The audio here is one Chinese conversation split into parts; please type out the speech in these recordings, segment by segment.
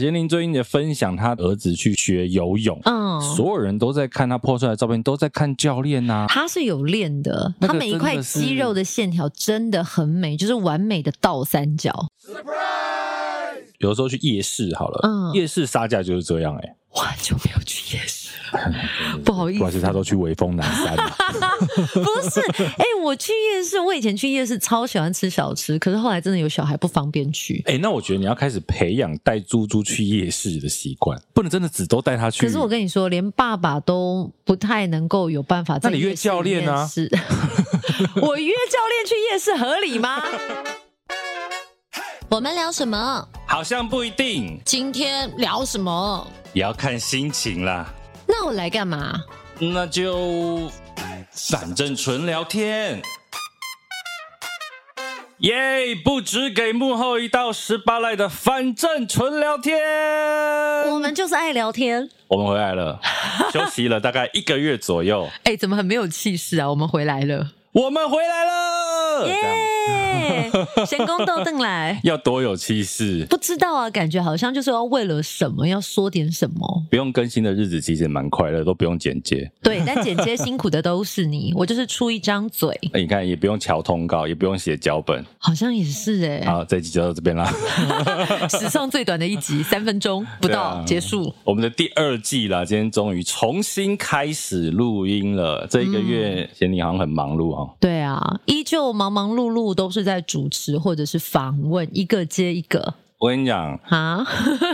杰林最近的分享，他儿子去学游泳，嗯，所有人都在看他 po 出来的照片，都在看教练啊呐、他是有练的，那个他每一块肌肉的线条真的很美，就是完美的倒三角。有时候去夜市好了，嗯夜市杀价就是这样哎、 我很久没有去夜市了，不好意不管是思，他都去威风南山啊 了，不是，哎、我去夜市，我以前去夜市超喜欢吃小吃，可是后来真的有小孩不方便去。哎、那我觉得你要开始培养带猪猪去夜市的习惯，不能真的只都带他去。可是我跟你说，连爸爸都不太能够有办法在那你约夜市里教练啊面吃 我约教练去夜市合理吗？ 我们聊什么？好像不一定，今天聊什么？也要看心情啦。那我来干嘛？那就反正纯聊天。耶、不只给幕后一道十八赖的反正纯聊天。我们就是爱聊天。我们回来了，休息了大概一个月左右，哎、怎么很没有气势啊？我们回来了，我们回来了。这样耶！神功豆邓来，要多有气势！ 不知道啊，感觉好像就是要为了什么要说点什么。不用更新的日子其实蛮快乐，都不用剪接。对，但剪接辛苦的都是 你，我就是出一张嘴，哎，你看也不用瞧通告，也不用写脚本。好像也是哎、好，这一集就到这边啦。史上最短的一 集，三分钟不到、对啊结束。我们的第二季啦，今天终于重新开始录音了。这一个嗯月，贤妮好像很忙碌哦。对啊，依旧忙忙碌碌，都是在主持或者是访问，一个接一个我跟你讲，啊。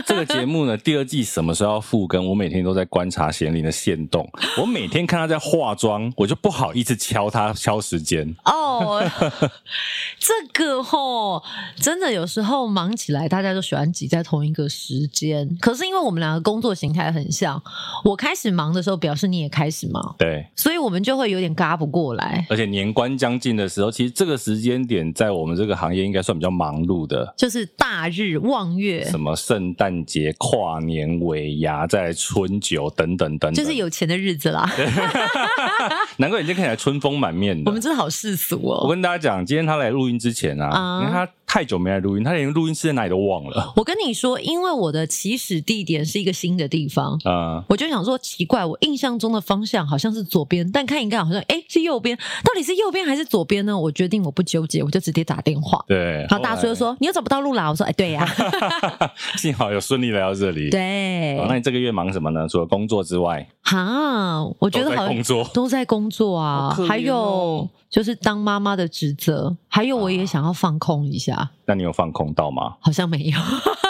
这个节目呢，第二季什么时候要复更？我每天都在观察贤玲的线 动，我每天看她在化妆，我就不好意思敲她敲时间。哦， 这个吼，真的有时候忙起来，大家都喜欢挤在同一个时间。可是因为我们两个工作形态很像，我开始忙的时候，表示你也开始忙，对，所以我们就会有点嘎不过来。而且年关将近的时候，其实这个时间点在我们这个行业应该算比较忙碌的。就是大日望月什，么圣诞节、跨年、尾牙，再来春酒等等等等，就是有钱的日子啦。难怪你今天看起来春风满面的。 我们真的好世俗我哦。跟大家讲，今天他来录音之前啊，啊因为他太久没来录音，他连录音室在哪里都忘了。我跟你说，因为我的起始地点是一个新的地方，啊、我就想说，奇怪，我印象中的方向好像是左边，但看一看好像哎是右边，到底是右边还是左边呢？我决定我不纠结，我就直接打电话。对。然后大叔就说：“你又找不到路啦。”我说：“哎，对 呀、后来，幸好有顺利来到这里。。对好，，那你这个月忙什么呢？除了工作之外，哈，我觉都得在好工像作。都在工作啊好可怜，哦还有就是当妈妈的职责，还有我也想要放空一下，？那你有放空到吗 好像没 有。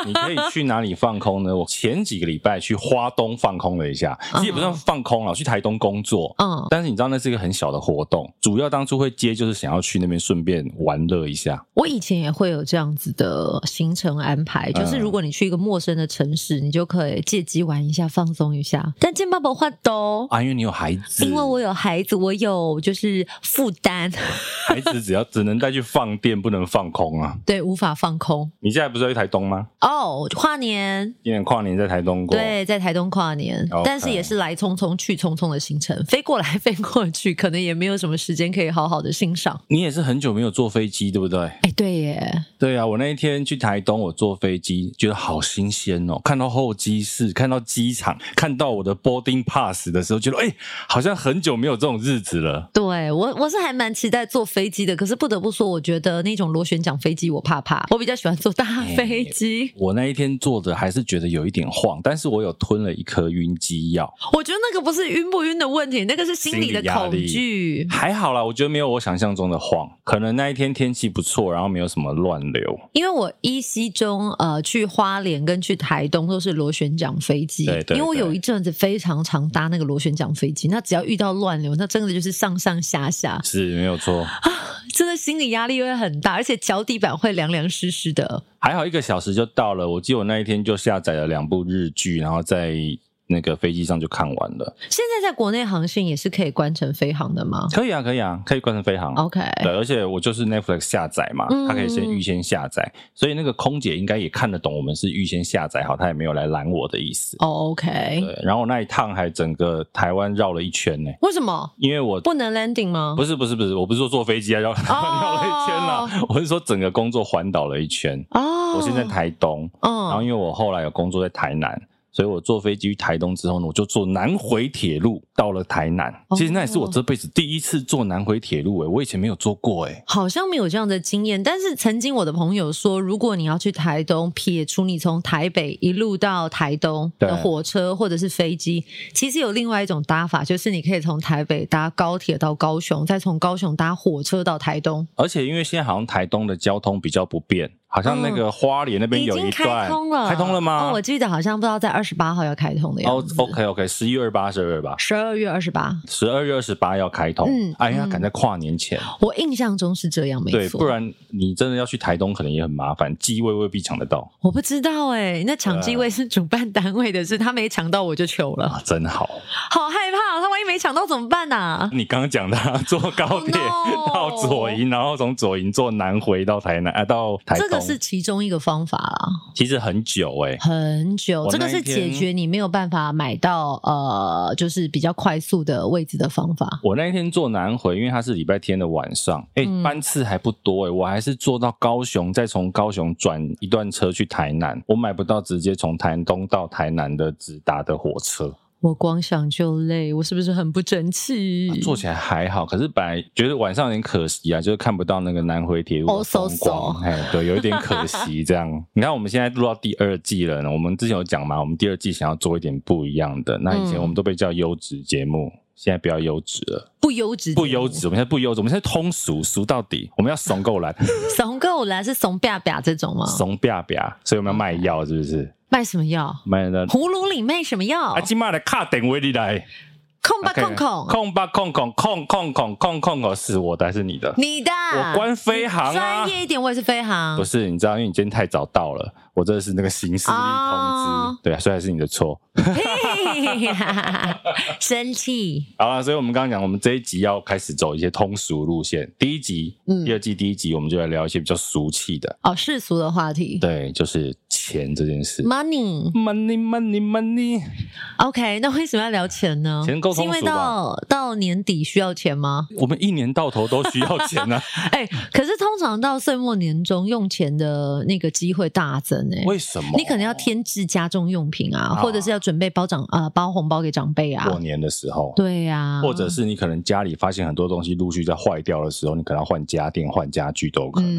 你可以去哪里放空呢？我前几个礼拜去花东放空了一下，啊其实也不算放空了，我去台东工作。嗯，但是你知道那是一个很小的活动，主要当初会接就是想要去那边顺便玩乐一下。我以前也会有这样子的行程安排，就是嗯如果你去一个陌生的城市，你就可以借机玩一下，放松一下。但健爸爸话都。啊，因为你有孩子，因为我有孩子，我有就是负担， 孩子只要只能带去放电，不能放空啊。对，无法放空你现在不是要去台东吗？哦。跨年今年跨年在台东过，对，在台东跨年 OK 但是也是来匆匆去匆匆的行程，飞过来飞 过去，可能也没有什么时间可以好好的欣赏。你也是很久没有坐飞机，对不对？哎，对耶，对啊，我那一天去台东，我坐飞机觉得好新鲜哦，看到候机室，看到机场，看到我的 boarding pass 的时候，觉得哎、好像很久没有这种日子了。对我我是还蛮期待坐飞机的，可是不得不说，我觉得那种螺旋桨飞机我怕怕，我比较喜欢坐大哎飞机。 我那一天坐着还是觉得有一点晃，但是我有吞了一颗晕机药，我觉得那个不是晕不晕的问题，那个是心理的恐心惧。还好啦，我觉得没有我想象中的晃，可能那一天天气不错，然后没有什么乱流。因为我依稀中，呃，去花莲跟去台东都是螺旋桨飞机。对对因为我对有一阵子非常常搭那个螺旋桨飞机，那只要遇到乱流，那真的就是上上下下，是没有错，真的心理压力会很大，而且脚底板会凉凉湿湿的。还好一个小时就到了。我记得我那一天就下载了两部日剧，然后在那个飞机上就看完了。现在在国内航线也是可以关成飞航的吗可以啊，可以啊，可以关成飞航。 ？OK，对，而且我就是 Netflix 下载嘛，哦哎嗯它可以先预先下载，所以那个空姐应该也看得懂我们是预先下载好，她也没有来拦我的意思。哦，OK，对，然后我那一趟还整个台湾绕了一圈呢，为什么因为我不能 landing 吗？不是不是不是，我不是说坐飞机啊 哦绕绕了一圈啦，我是说整个工作环岛了一圈。哦，我现在台东，然后嗯因为我后来有工作在台南，所以我坐飞机去台东之后呢，我就坐南回铁路到了台南。哦其实那也是我这辈子第一次坐南回铁路、欸，我以前没有坐过、欸，好像没有这样的经验，但是曾经我的朋友说，如果你要去台东，撇除你从台北一路到台东的对火车或者是飞机，其实有另外一种搭法，就是你可以从台北搭高铁到高雄，再从高雄搭火车到台东，而且因为现在好像台东的交通比较不便，好像那个花莲那边嗯已有经一开段通了，开通了吗哦，？我记得好像不知道在二十八号要开通的样哦子。 ，OK OK，十一月二八，十二吧，十二月二十八，十二月二十八要开通。嗯哎呀，嗯赶在跨年前，我印象中是这样，没对，错。不然你真的要去台东，可能也很麻烦，机位未必抢得到我不知道哎、那抢机位是主办单位的事，他没抢到我就糗了，啊，真好。好害怕，他万一没抢到怎么办呐、你刚刚讲的、啊、坐高铁 Oh no 到左营，然后从左营坐南回到台南，啊，到台这东，个是其中一个方法啦，其实很久哎、很久，我这那个一是解天决你没有办法买到呃，就是比较快速的位置的方法。我那一天坐南回，因为它是礼拜天的晚上，哎、嗯班次还不多哎、我还是坐到高雄，再从高雄转一段车去台南。我买不到直接从台东到台南的直达的火车，我光想就累，我是不是很不争气？啊坐起来还好，可是本来觉得晚上有点可惜啊，就是看不到那个南回铁路的 Oh, so 风光，哎、对，有一点可惜。这样，你看我们现在录到第二季了呢，我们之前有讲嘛，我们第二季想要做一点不一样的。那以前嗯我们都被叫优质节目，现在不要优质了。不优质，不优，质，我们现在不优质，我们现在通俗俗到底，我们要怂够懒，怂够了是怂吧吧这种吗？怂吧吧，所以我们要卖药，是不是？卖什么药？卖的葫芦里卖什么药？啊，今麦的卡点威力来，控吧 OK，控控，控吧控控控控控控控控，是我的还是你的？你的我关飞航啊专。业一点，我也是飞航不。是，你知道，因为你今天太早到了，我这是那个行事历通知，哦对啊，所以还是你的错。嘿哈哈哈 生气，好了，所以我们刚刚讲，我们这一集要开始走一些通俗路线。第一集，嗯第二季第一集，我们就来聊一些比较俗气的，哦，世俗的话题对，就是钱这件事。 ，money。 Money, money, money。 OK，那为什么要聊钱呢？钱够是因通为俗吧到到年底需要钱吗？我们一年到头都需要钱 啊，哎、可是通常到岁末年终用钱的那个机会大增哎、为什么？你可能要添置家中用品啊，啊或者是要准备包长啊、包红包给长辈啊，过年的时候，对呀、啊，或者是你可能家里发现很多东西陆续在坏掉的时候，你可能要换家电、换家具都有可能。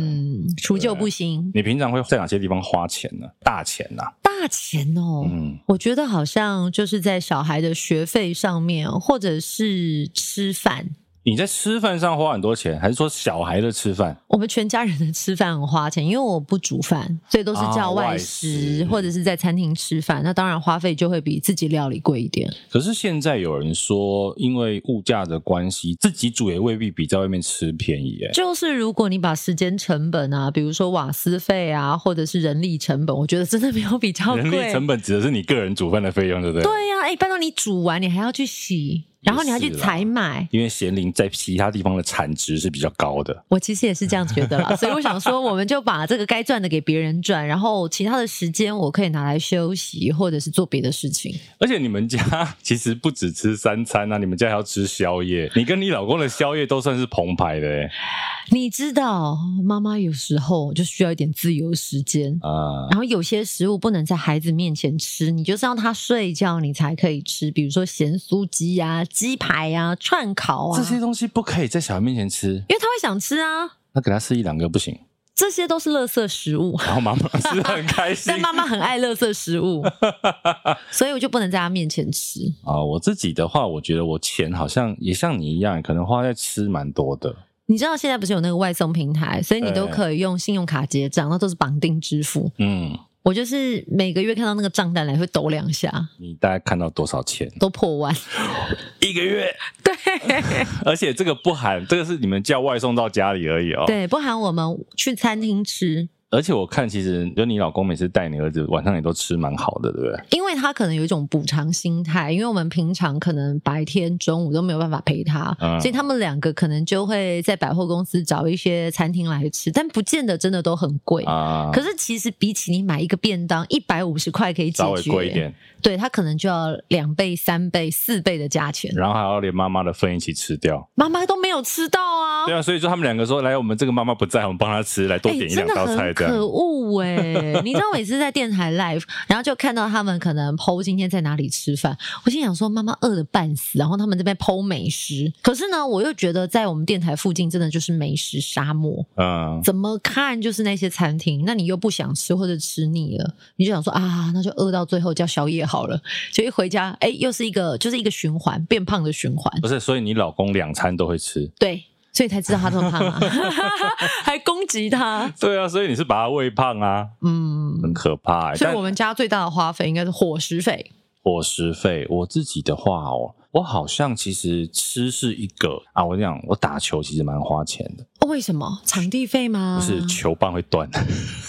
嗯，除旧不新，你平常会在哪些地方花钱呢？大钱呐、大钱哦。嗯，我觉得好像就是在小孩的学费上面，或者是吃饭，你在吃饭上花很多钱，还是说小孩的吃饭？我们全家人的吃饭很花钱，因为我不煮饭，所以都是叫啊外外食、食或者是在餐厅吃饭。那当然花费就会比自己料理贵一点。可是现在有人说，因为物价的关系，自己煮也未必比在外面吃便宜、欸。就是如果你把时间成本啊，比如说瓦斯费啊，或者是人力成本，我觉得真的没有比较人力贵。成本指的是你个人煮饭的费用，对不对？对呀、哎、拜托你煮完你还要去洗，然后你还去也是啦采买。因为咸宁在其他地方的产值是比较高的。我其实也是这样觉得啦，所以我想说，我们就把这个该赚的给别人赚，然后其他的时间我可以拿来休息，或者是做别的事情。而且你们家其实不只吃三餐啊，你们家还要吃宵夜。你跟你老公的宵夜都算是澎湃的、欸、你知道，妈妈有时候就需要一点自由时间。啊！然后有些食物不能在孩子面前吃，你就是要他睡觉你才可以吃，比如说咸酥鸡啊、鸡排啊、串烤啊这，些东西不可以在小孩面前吃，因为他会想吃啊，那给他吃一两个不行。这些都是垃圾食物。然后妈妈是很开心但妈妈很爱垃圾 食物，所以我就不能在他面前吃。啊。我自己的话，我觉得我钱好像也像你一样，可能花在吃蛮多的。你知道现在不是有那个外送平台，所以你都可以用信用卡结账，那都是绑定支付。嗯，我就是每个月看到那个账单来，会抖两下，你大概看到多少钱？ 都破万。一个月，对而且这个不含，这个是你们叫外送到家里而已哦。对，不含我们去餐厅吃，而且我看，其实就你老公每次带你儿子晚上也都吃蛮好的，对不对？因为他可能有一种补偿心态，因为我们平常可能白天中午都没有办法陪他，嗯所以他们两个可能就会在百货公司找一些餐厅来吃，但不见得真的都很贵。啊，可是其实比起你买一个便当一百五十块可以解稍微决，贵一点，对他可能就要两倍、三倍、四倍的价钱，然后还要连妈妈的份一起吃掉。妈妈都没有吃到啊对。啊，所以说他们两个说，来，我们这个妈妈不在，我们帮她吃，来多哎点一真两的道很菜这可样。恶哎、你知道每次在电台 live，然后就看到他们可能剖今天在哪里吃饭，我心想说妈妈饿的半死，然后他们这边剖美食，可是呢，我又觉得在我们电台附近真的就是美食沙漠，嗯，怎么看就是那些餐厅，那你又不想吃或者吃腻了，你就想说啊，那就饿到最后叫宵夜好了，就一回家，哎、又是一个就是一个循环，变胖的循环，不是，所以你老公两餐都会吃。对。所以才知道他这么胖啊， 还攻击他，对啊，所以你是把他喂胖啊，嗯，很可怕、欸。所以但我们家最大的花费应该是伙食费。伙食费，我自己的话哦，我好像其实吃是一个啊，我讲我打球其实蛮花钱的，哦为什么场地费吗？不是球棒会断，嗯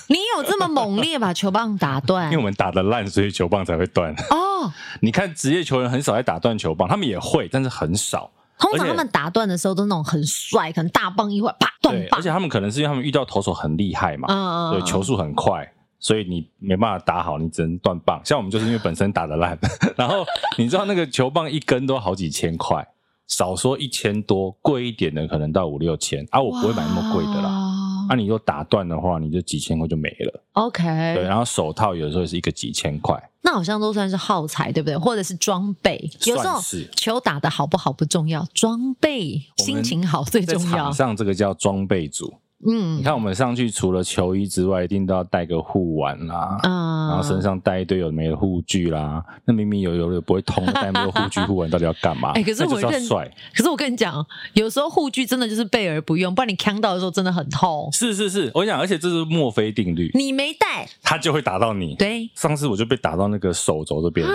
你有这么猛烈把 球棒打断 因为我？们打的烂，所以球棒才会断。 哦，你看职业球员很少在打断球棒，他们也会，但是很少。通而常且他们打断的时候都是那种很帅，可能大棒一会儿啪断对，棒而，且他们可能是因为他们遇到投手很厉害嘛，嗯对，球。速很快。所以你没办法打好，你只能断棒。像我们就是因为本身打的烂， 然后你知道那个球棒一根都好几千块，少说一千多，贵一点的可能到五六千啊，我不会买那么贵的啦。啦啊，你又打断的话，你就几千块就没了。对，啊 OK，然后手套有的时候也是一个几千块，那好像都算是耗材，对不对？或者是装备，有时算候是球打的好不好不重要，装备我心们情好最在重要场。上这个叫装备组。嗯你看我们上去除了球衣之外，一定都要带个护腕啦。啊然后身上带一堆有的没的护具啦，那明明有有的也不会通，带那么多护具护腕到底要干嘛？ 哎可是那就我要认帅，可是我跟你讲，有时候护具真的就是备而不用，不然你扛到的时候真的很痛。是是是，我跟你讲，而且这是墨菲定律，你没带，他就会打到你。对上次我就被打到那个手肘这边，啊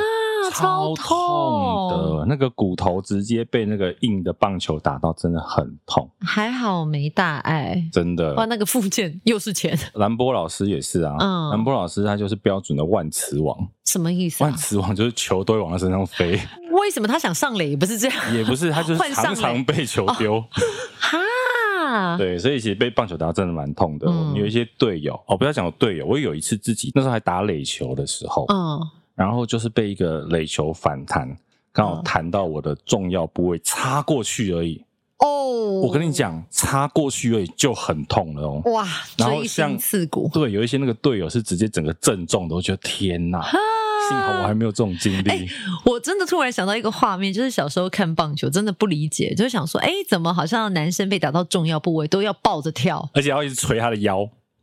超痛的，那个骨头直接被那个硬的棒球打到，真的很痛，的，还好没大碍。真的。哇，那个附件又是钱，兰波老师也是啊，嗯兰波老师他就是标准的万磁王，什么意思、万啊？磁王就是球都会往他身上 飞，为什么他想上垒也不是这样？也不是他就换是上常哦常垒被球丢， 哈，对，所以其实被棒球打真的蛮痛的。嗯我们有一些队友哦，不要讲我队友，我有一次自己那时候还打垒球的时候，嗯，然后就是被一个垒球反弹，刚好嗯弹到我的重要部位，插过去而已。哦，我跟你，讲，插过去而已就很痛了哦。哇，然后锥像心刺骨，对，有一些那个队友是直接整个正中的，我觉得天 哪，幸好我还没有这种经历。我真的突然想到一个画面，就是小时候看棒球，真的不理解，就是想说，哎，怎么好像男生被打到重要部位都要抱着跳？而且要一直捶他的腰，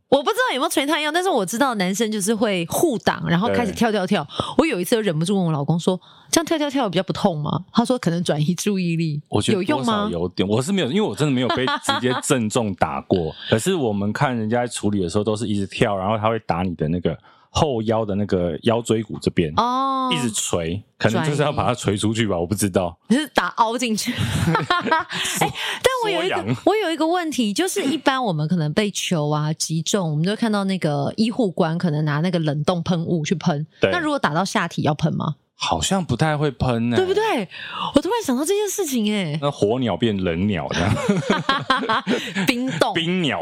我不知道有没有捶他一样，但是我知道男生就是会护挡，然后开始对跳跳跳。我有一次就忍不住问我老公说：“这样跳跳跳比较不痛吗？”他说：“可能转移注意力，我觉得有用多少吗有点，我是没有，因为我真的没有被直接正中打 过。可是我们看人家在处理的时候，都是一直跳，然后他会打你的那个后腰的那个腰椎骨这边，？”哦，一直捶，可能就是要把它捶出去吧，我不知道。就是打凹 进去。哎、但我有缩一阳个我有一个问题，就是一般我们可能被球啊击中，我们就会看到那个医护官可能拿那个冷冻喷雾去喷。对那如果打到下体要喷吗？好像不太会喷呢、对不？对？我突然想到这件事情、那火鸟变冷鸟这样，哦哎，冰冻冰鸟。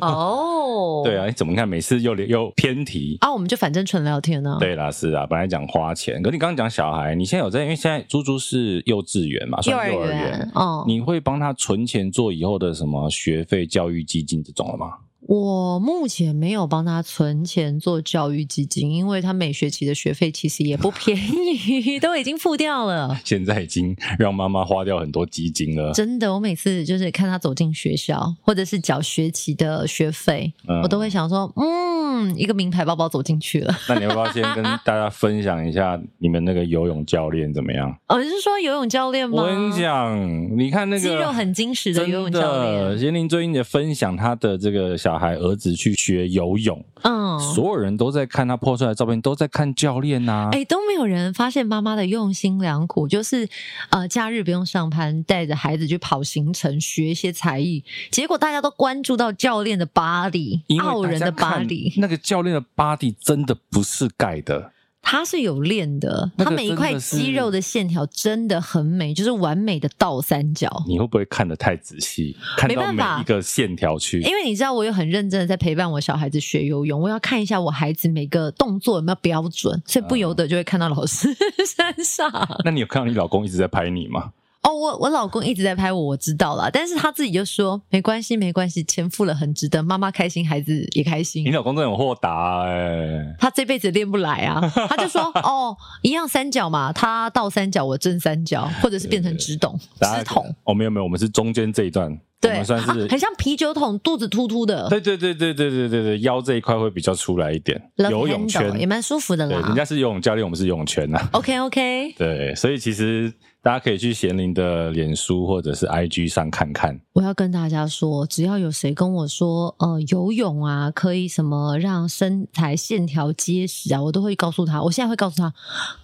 哦，对啊，你怎么看？每次又又偏题。啊，我们就反正纯聊天呢、啊。对啦，是啊，本来讲花钱，可你刚刚讲小孩，你现在有在，因为现在猪猪是幼稚园嘛，算幼儿园，，嗯，你会帮他存钱做以后的什么学费、教育基金这种了吗？ 我目前没有帮他存钱做教育基金，因为他每学期的学费其实也不便宜， 都已经付掉了。现在已经让妈妈花掉很多基金了。真的，我每次就是看他走进学校，或者是缴学期的学费，嗯我都会想说，嗯，嗯，一个名牌包包走进去了。 那你要不要先跟大家分享一下你们那个游泳教练怎么样？ 哦，你是说游泳教练吗？我跟你讲，你看那个肌肉很结实的游泳真教的，练，啊贤玲最近也分享她的这个小孩儿子去学游泳，嗯，所有人都在看他 po 出来的照片，都在看教练啊呐、哎、都没有人发现妈妈的用心良苦，就是呃，假日不用上班，带着孩子去跑行程，学一些才艺。结果大家都关注到教练的 body，因为傲人的大家看 body，那个教练的 body 真的不是盖的，他是有练的，那他个每一真块的肌是肉的线条真的很美，就是完美的倒三角。你会不会看得太仔细，看到没办每法一个线条去？因为你知道，我有很认真的在陪伴我小孩子学游泳，我要看一下我孩子每个动作有没有标准，所以不啊由得就会看到老师 身上。那你有看到你老公一直在拍你吗？哦，我我老公一直在拍我，我知道啦，但是他自己就说没关系，没关系，钱付了很值得，妈妈开心，孩子也开你心。老公真的很豁达哎、他这辈子练不来 啊，他就说哦，一样三角嘛，他倒三角，我正三角，或者是变成直筒、大直家筒，哦，没有没有，我们是中间这一段，我对，们算是啊、很像啤酒桶，肚子凸凸的，对对对对对对对对，腰这一块会比较出来一点。 Love 游泳 handle，圈也蛮舒服的对，人啦。家是游泳教练，我们是游泳圈呐、啊。 OK OK，对，所以其实大家可以去贤玲的脸书或者是 IG 上看看。我要跟大家说，只要有谁跟我说，呃，游泳啊，可以什么让身材线条结实啊，我都会告诉他。我现在会告诉他，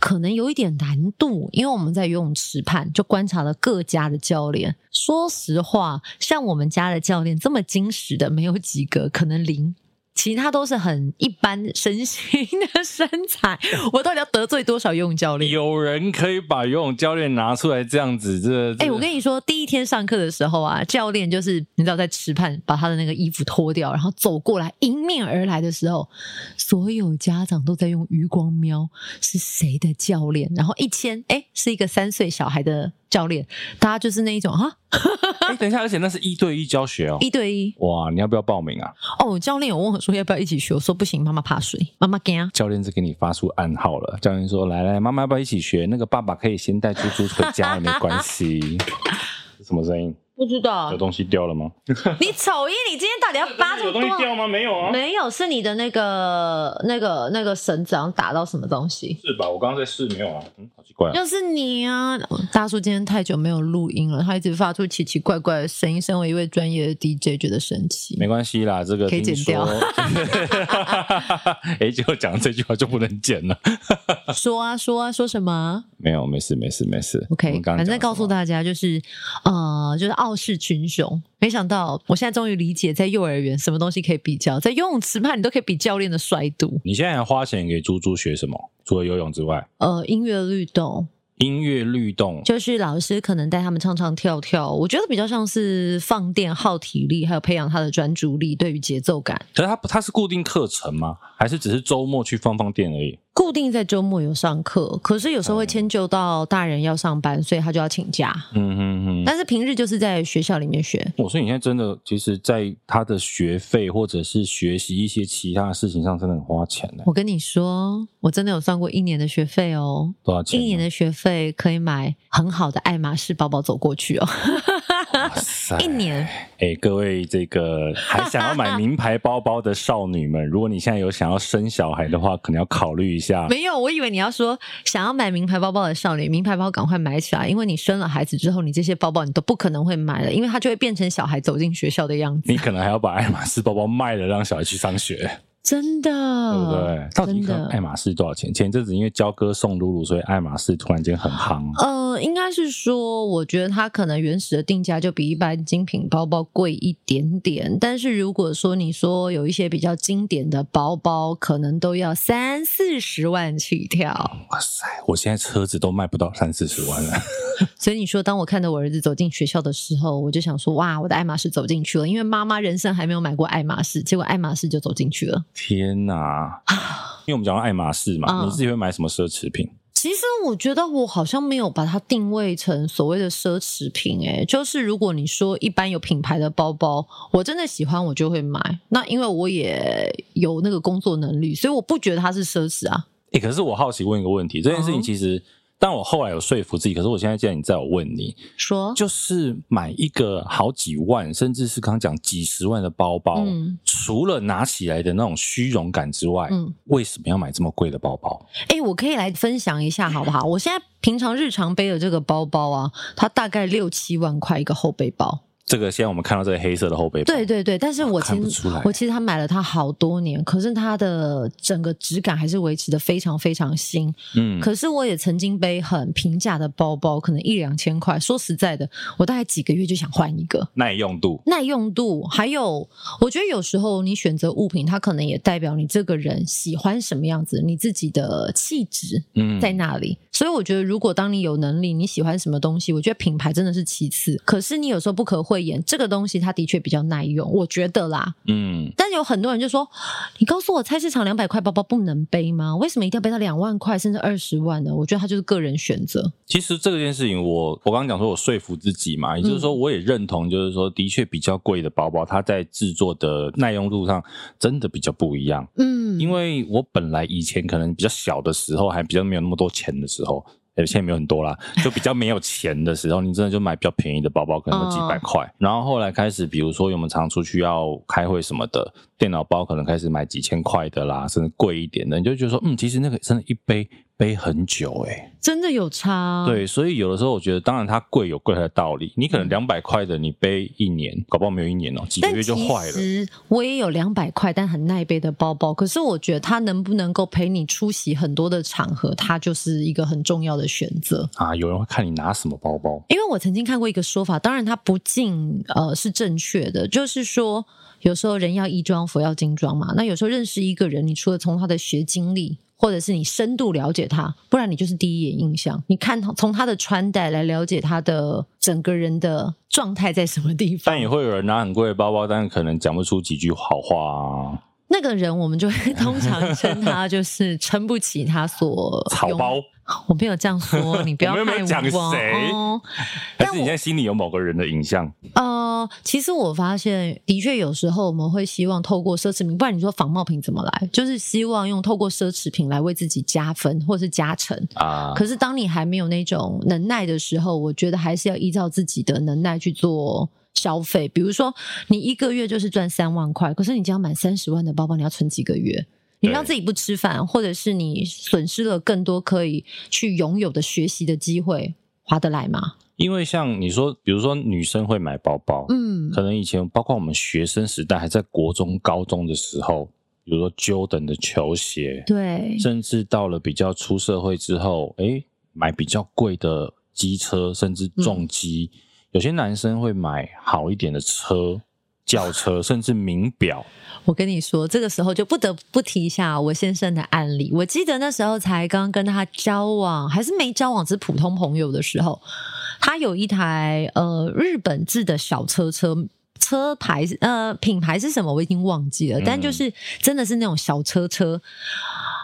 可能有一点难度，因为我们在游泳池畔就观察了各家的教练。说实话，像我们家的教练这么精实的，没有几个，可能零。其他都是很一般身形的身材，我到底要得罪多少游泳教练？有人可以把游泳教练拿出来这样子，这哎、我跟你说，第一天上课的时候啊，教练就是你知道在池畔把他的那个衣服脱掉，然后走过来迎面而来的时候，所有家长都在用余光瞄是谁的教练，然后一牵，哎、是一个三岁小孩的教练，大家就是那一种哈哎等一下，而且那是一对一教学哦。一对一哇，你要不要报名啊？哦，教练有问我说要不要一起学，我说不行，妈妈怕水，妈妈惊。啊教练是给你发出暗号了，教练说：“来来，妈妈要不要一起学？那个爸爸可以先带猪猪回家，也没关 系。”是什么声音？不知道有东西掉了吗？你瞅一，你今天到底要扒这么多？吗？没有啊没有，是你的那个、那个、那个绳子好像打到什么东西。是吧？我刚刚在试，没有啊。嗯，好奇 怪啊。就是你啊，大叔今天太久没有录音了，他一直发出奇奇怪怪的声音。身为一位专业的 DJ，觉得生气。没关系啦，这个可以剪 掉听说。哎、结果讲这句话就不能剪了。说啊说啊说什么没有，没事，没事，没事。我？OK，们刚刚反正讲告什诉么，大家就是，呃，就是傲视群雄。没想到我现在终于理解，在幼儿园什么东西可以比较，在游泳池畔你都可以比教练的帅度。你现在还花钱给猪猪学什么？除了游泳之外，呃，音乐律动音乐律动。就是老师可能带他们唱唱跳跳，我觉得比较像是放电、耗体力，还有培养他的专注力，对于节奏感。可是它不它是固定课程吗？还是只是周末去放放电而已？固定在周末有上课，可是有时候会迁就到大人要上班，所以他就要请假。嗯哼哼。但是平日就是在学校里面学，我哦说你现在真的，其实，在他的学费或者是学习一些其他的事情上，真的很花钱呢、我跟你说，我真的有算过一年的学费哦，多少钱一呢？年的学费可以买很好的爱马仕包包走过去哦，哇塞一年。哎、各位，这个 还想要买名牌包包的少女们，如果你现在有想要生小孩的话，可能要考虑一下。没有，我以为你要说想要买名牌包包的少女，名牌包赶快买起来，因为你生了孩子之后，你这些包包你都不可能会买了，因为它就会变成小孩走进学校的样子。你可能还要把爱马仕包包卖了，让小孩去上学，真的，对不对？到底一嗯真颗的爱马仕多少钱？前一阵子因为焦哥送露露，所以爱马仕突然间很夯。呃，应该是说，我觉得它可能原始的定价就比一般精品包包贵一点点，但是如果说你说有一些比较经典的包包，可能都要三四十万起跳。哇塞，我现在车子都卖不到三四十万了。 所以你说，当我看到我儿子走进学校的时候，我就想说，哇，我的爱马仕走进去了，因为妈妈人生还没有买过爱马仕，结果爱马仕就走进去了。天哪！因为我们讲到爱马仕嘛，嗯你自己会买什么奢侈品？其实我觉得我好像没有把它定位成所谓的奢侈品、欸，就是如果你说一般有品牌的包包，我真的喜欢我就会买。那因为我也有那个工作能力，所以我不觉得它是奢侈啊。哎、可是我好奇问一个问题，这件事情嗯其实但我后来有说服自己，可是我现在既然你在我问你，说就是买一个好几万，甚至是刚刚讲几十万的包包，嗯除了拿起来的那种虚荣感之外，嗯，为什么要买这么贵的包包？哎、我可以来分享一下好不好？我现在平常日常背的这个包包啊，它大概六七万块一个后背包。这个现在我们看到这个黑色的后背包，对对对，但是我其看不实出来我其实他买了它好多年，可是它的整个质感还是维持的非常非常新。嗯，可是我也曾经背很平价的包包，可能一两千块。说实在的，我大概几个月就想换一个。耐用度，耐用度，还有我觉得有时候你选择物品，它可能也代表你这个人喜欢什么样子，你自己的气质嗯，在那里。所以我觉得，如果当你有能力，你喜欢什么东西，我觉得品牌真的是其次。可是你有时候不可讳言，这个东西它的确比较耐用，我觉得啦。嗯，但有很多人就说：“你告诉我，菜市场两百块包包不能背吗？为什么一定要背到两万块甚至二十万呢？”我觉得它就是个人选择。其实这件事情我，我刚刚讲说，我说服自己嘛，也就是嗯说，我也认同，就是说，的确比较贵的包包，它在制作的耐用度上真的比较不一样。嗯，因为我本来以前可能比较小的时候，还比较没有那么多钱的时候。呃，现在没有很多啦，就比较没有钱的时候，你真的就买比较便宜的包包，可能有几哦百块。然后后来开始，比如说我们常出去要开会什么的，电脑包可能开始买几千块的啦，甚至贵一点的，你就觉得说，嗯，其实那个真的一背背很久诶、欸真的有差。，对，所以有的时候我觉得，当然它贵有贵它的道理。你可嗯能两百块的，你背一年，搞不好没有一年哦、几个但月就坏了其。实我也有两百块但很耐背的包包，可是我觉得它能不能够陪你出席很多的场合，它就是一个很重要的选择。啊，有人会看你拿什么包包，因为我曾经看过一个说法，当然它不尽呃是正确的，就是说有时候人要衣装，佛要金装嘛。那有时候认识一个人，你除了从他的学经历，或者是你深度了解他，不然你就是第一眼印象。你看他从他的穿戴来了解他的整个人的状态在什么地方但。也会有人拿很贵的包包，但是可能讲不出几句好话啊。那个人我们就会 通常称他就是撑不起他所草拥包，我没有这样说，你不要我们又没害有讲我谁哦。还但是你现在心里有某个人的影像？呃，其实我发现，的确有时候我们会希望透过奢侈品，不然你说仿冒品怎么来？就是希望用透过奢侈品来为自己加分或是加成。啊，可是当你还没有那种能耐的时候，我觉得还是要依照自己的能耐去做消费。比如说，你一个月就是赚三万块，可是你只要买三十万的包包，你要存几个月？你让对自己不吃饭，或者是你损失了更多可以去拥有的学习的机会，划得来吗？因为像你说，比如说女生会买包包，嗯，可能以前包括我们学生时代，还在国中、高中的时候，比如说 Jordan 的球鞋，对，甚至到了比较出社会之后，诶，买比较贵的机车，甚至嗯重机。有些男生会买好一点的车、轿车，甚至名表。我跟你说，这个时候就不得不提一下我先生的案例。我记得那时候才刚跟他交往，还是没交往，只是普通朋友的时候，他有一台呃日本制的小车车。车牌是呃品牌是什么我已经忘记了，嗯但就是真的是那种小车车。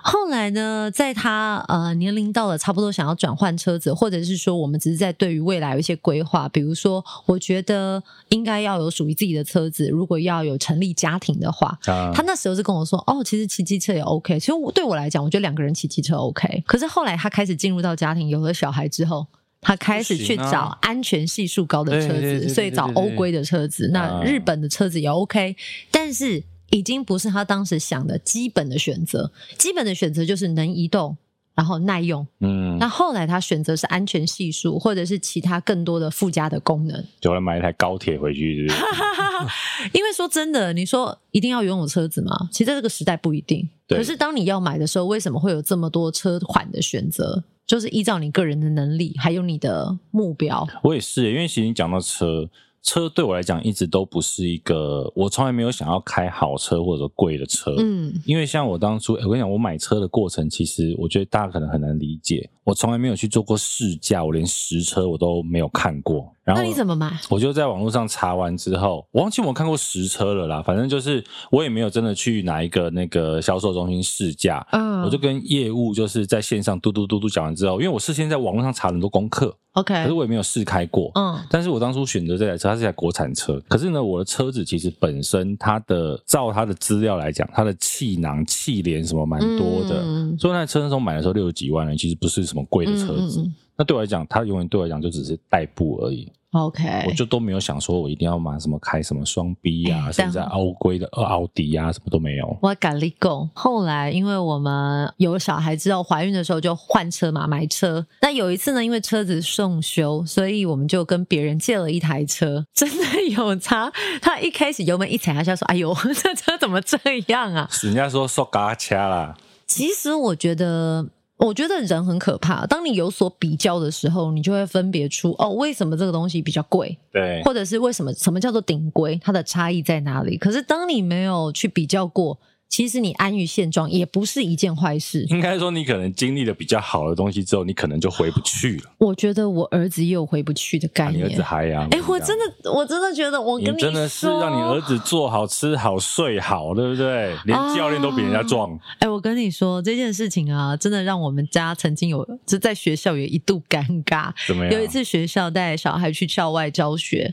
后来呢，在他呃年龄到了差不多想要转换车子，或者是说我们只是在对于未来有一些规划，比如说我觉得应该要有属于自己的车子，如果要有成立家庭的话，啊他那时候是跟我说，哦，其实骑机车也 OK。其实我对我来讲，我觉得两个人骑机车 OK。可是后来他开始进入到家庭，有了小孩之后。他开始去不行啊找安全系数高的车对对对子，对所以找对对欧对规的车子。那啊日本的车子也 OK，但是已经不是他当时想的基本的选择。基本的选择就是能移动，然后耐用。嗯，那后来他选择是安全系数，或者是其他更多的附加的功能。就来买一台高铁回去， 是不是？因为说真的，你说一定要拥有车子吗？其实在这个时代不一定。对可是当你要买的时候，为什么会有这么多车款的选择？就是依照你个人的能力，还有你的目标。我也是，因为其实你讲到车，车对我来讲一直都不是一个，我从来没有想要开好车或者贵的车。嗯因为像我当初，诶我跟你讲，我买车的过程，其实我觉得大家可能很难理解。我从来没有去做过试驾，我连实车我都没有看过。然后那你怎么买？我就在网络上查完之后，我忘记我有看过实车了啦，反正就是我也没有真的去哪一个那个销售中心试驾，嗯，我就跟业务就是在线上嘟嘟嘟嘟讲完之后，因为我事先在网络上查了很多功课，可 OK，是我也没有试开过。哎嗯但是我当初选择这台车，它是台国产车。可是呢，我的车子其实本身它的照它的资料来讲，它的气囊、气帘什么蛮多的。嗯所以那台车那时候买的时候六十几万呢，其实不是什么贵的车子。嗯嗯嗯那对我来讲，它永远对我来讲就只是代步而已。 OK，我就都没有想说我一定要买什么开什么双 B 啊，哎哎嗯甚至但欧规的呃奥迪啊，什么都没有。我敢立购。后来因为我们有小孩之后，怀孕的时候就换车嘛，买车。那有一次呢，因为车子送修，所以我们就跟别人借了一台车。真的有差，他一开始油门一踩下去，他说：“哎呦， 这车怎么这样啊人家说受嘎掐啦，？”其实我觉得。我觉得人很可怕。当你有所比较的时候，你就会分别出哦，为什么这个东西比较贵，对，或者是为什么什么叫做顶规，它的差异在哪里？可是当你没有去比较过，其实你安于现状也不是一件坏事。 应该说你可能经历了比较好的东西之后，你可能就回不去了。我觉得我儿子也有回不去的啊概你儿念子。嗨呀、哎、我真。的，我真的觉得，我你跟真的是让你儿说，子做好、吃好、睡好，对不对？连教练都比人家壮，哎、我跟你说这件事情啊，真的让我们家曾经有，就在学校也一度尴尬。怎么样？有一次学校带小孩去校外教学，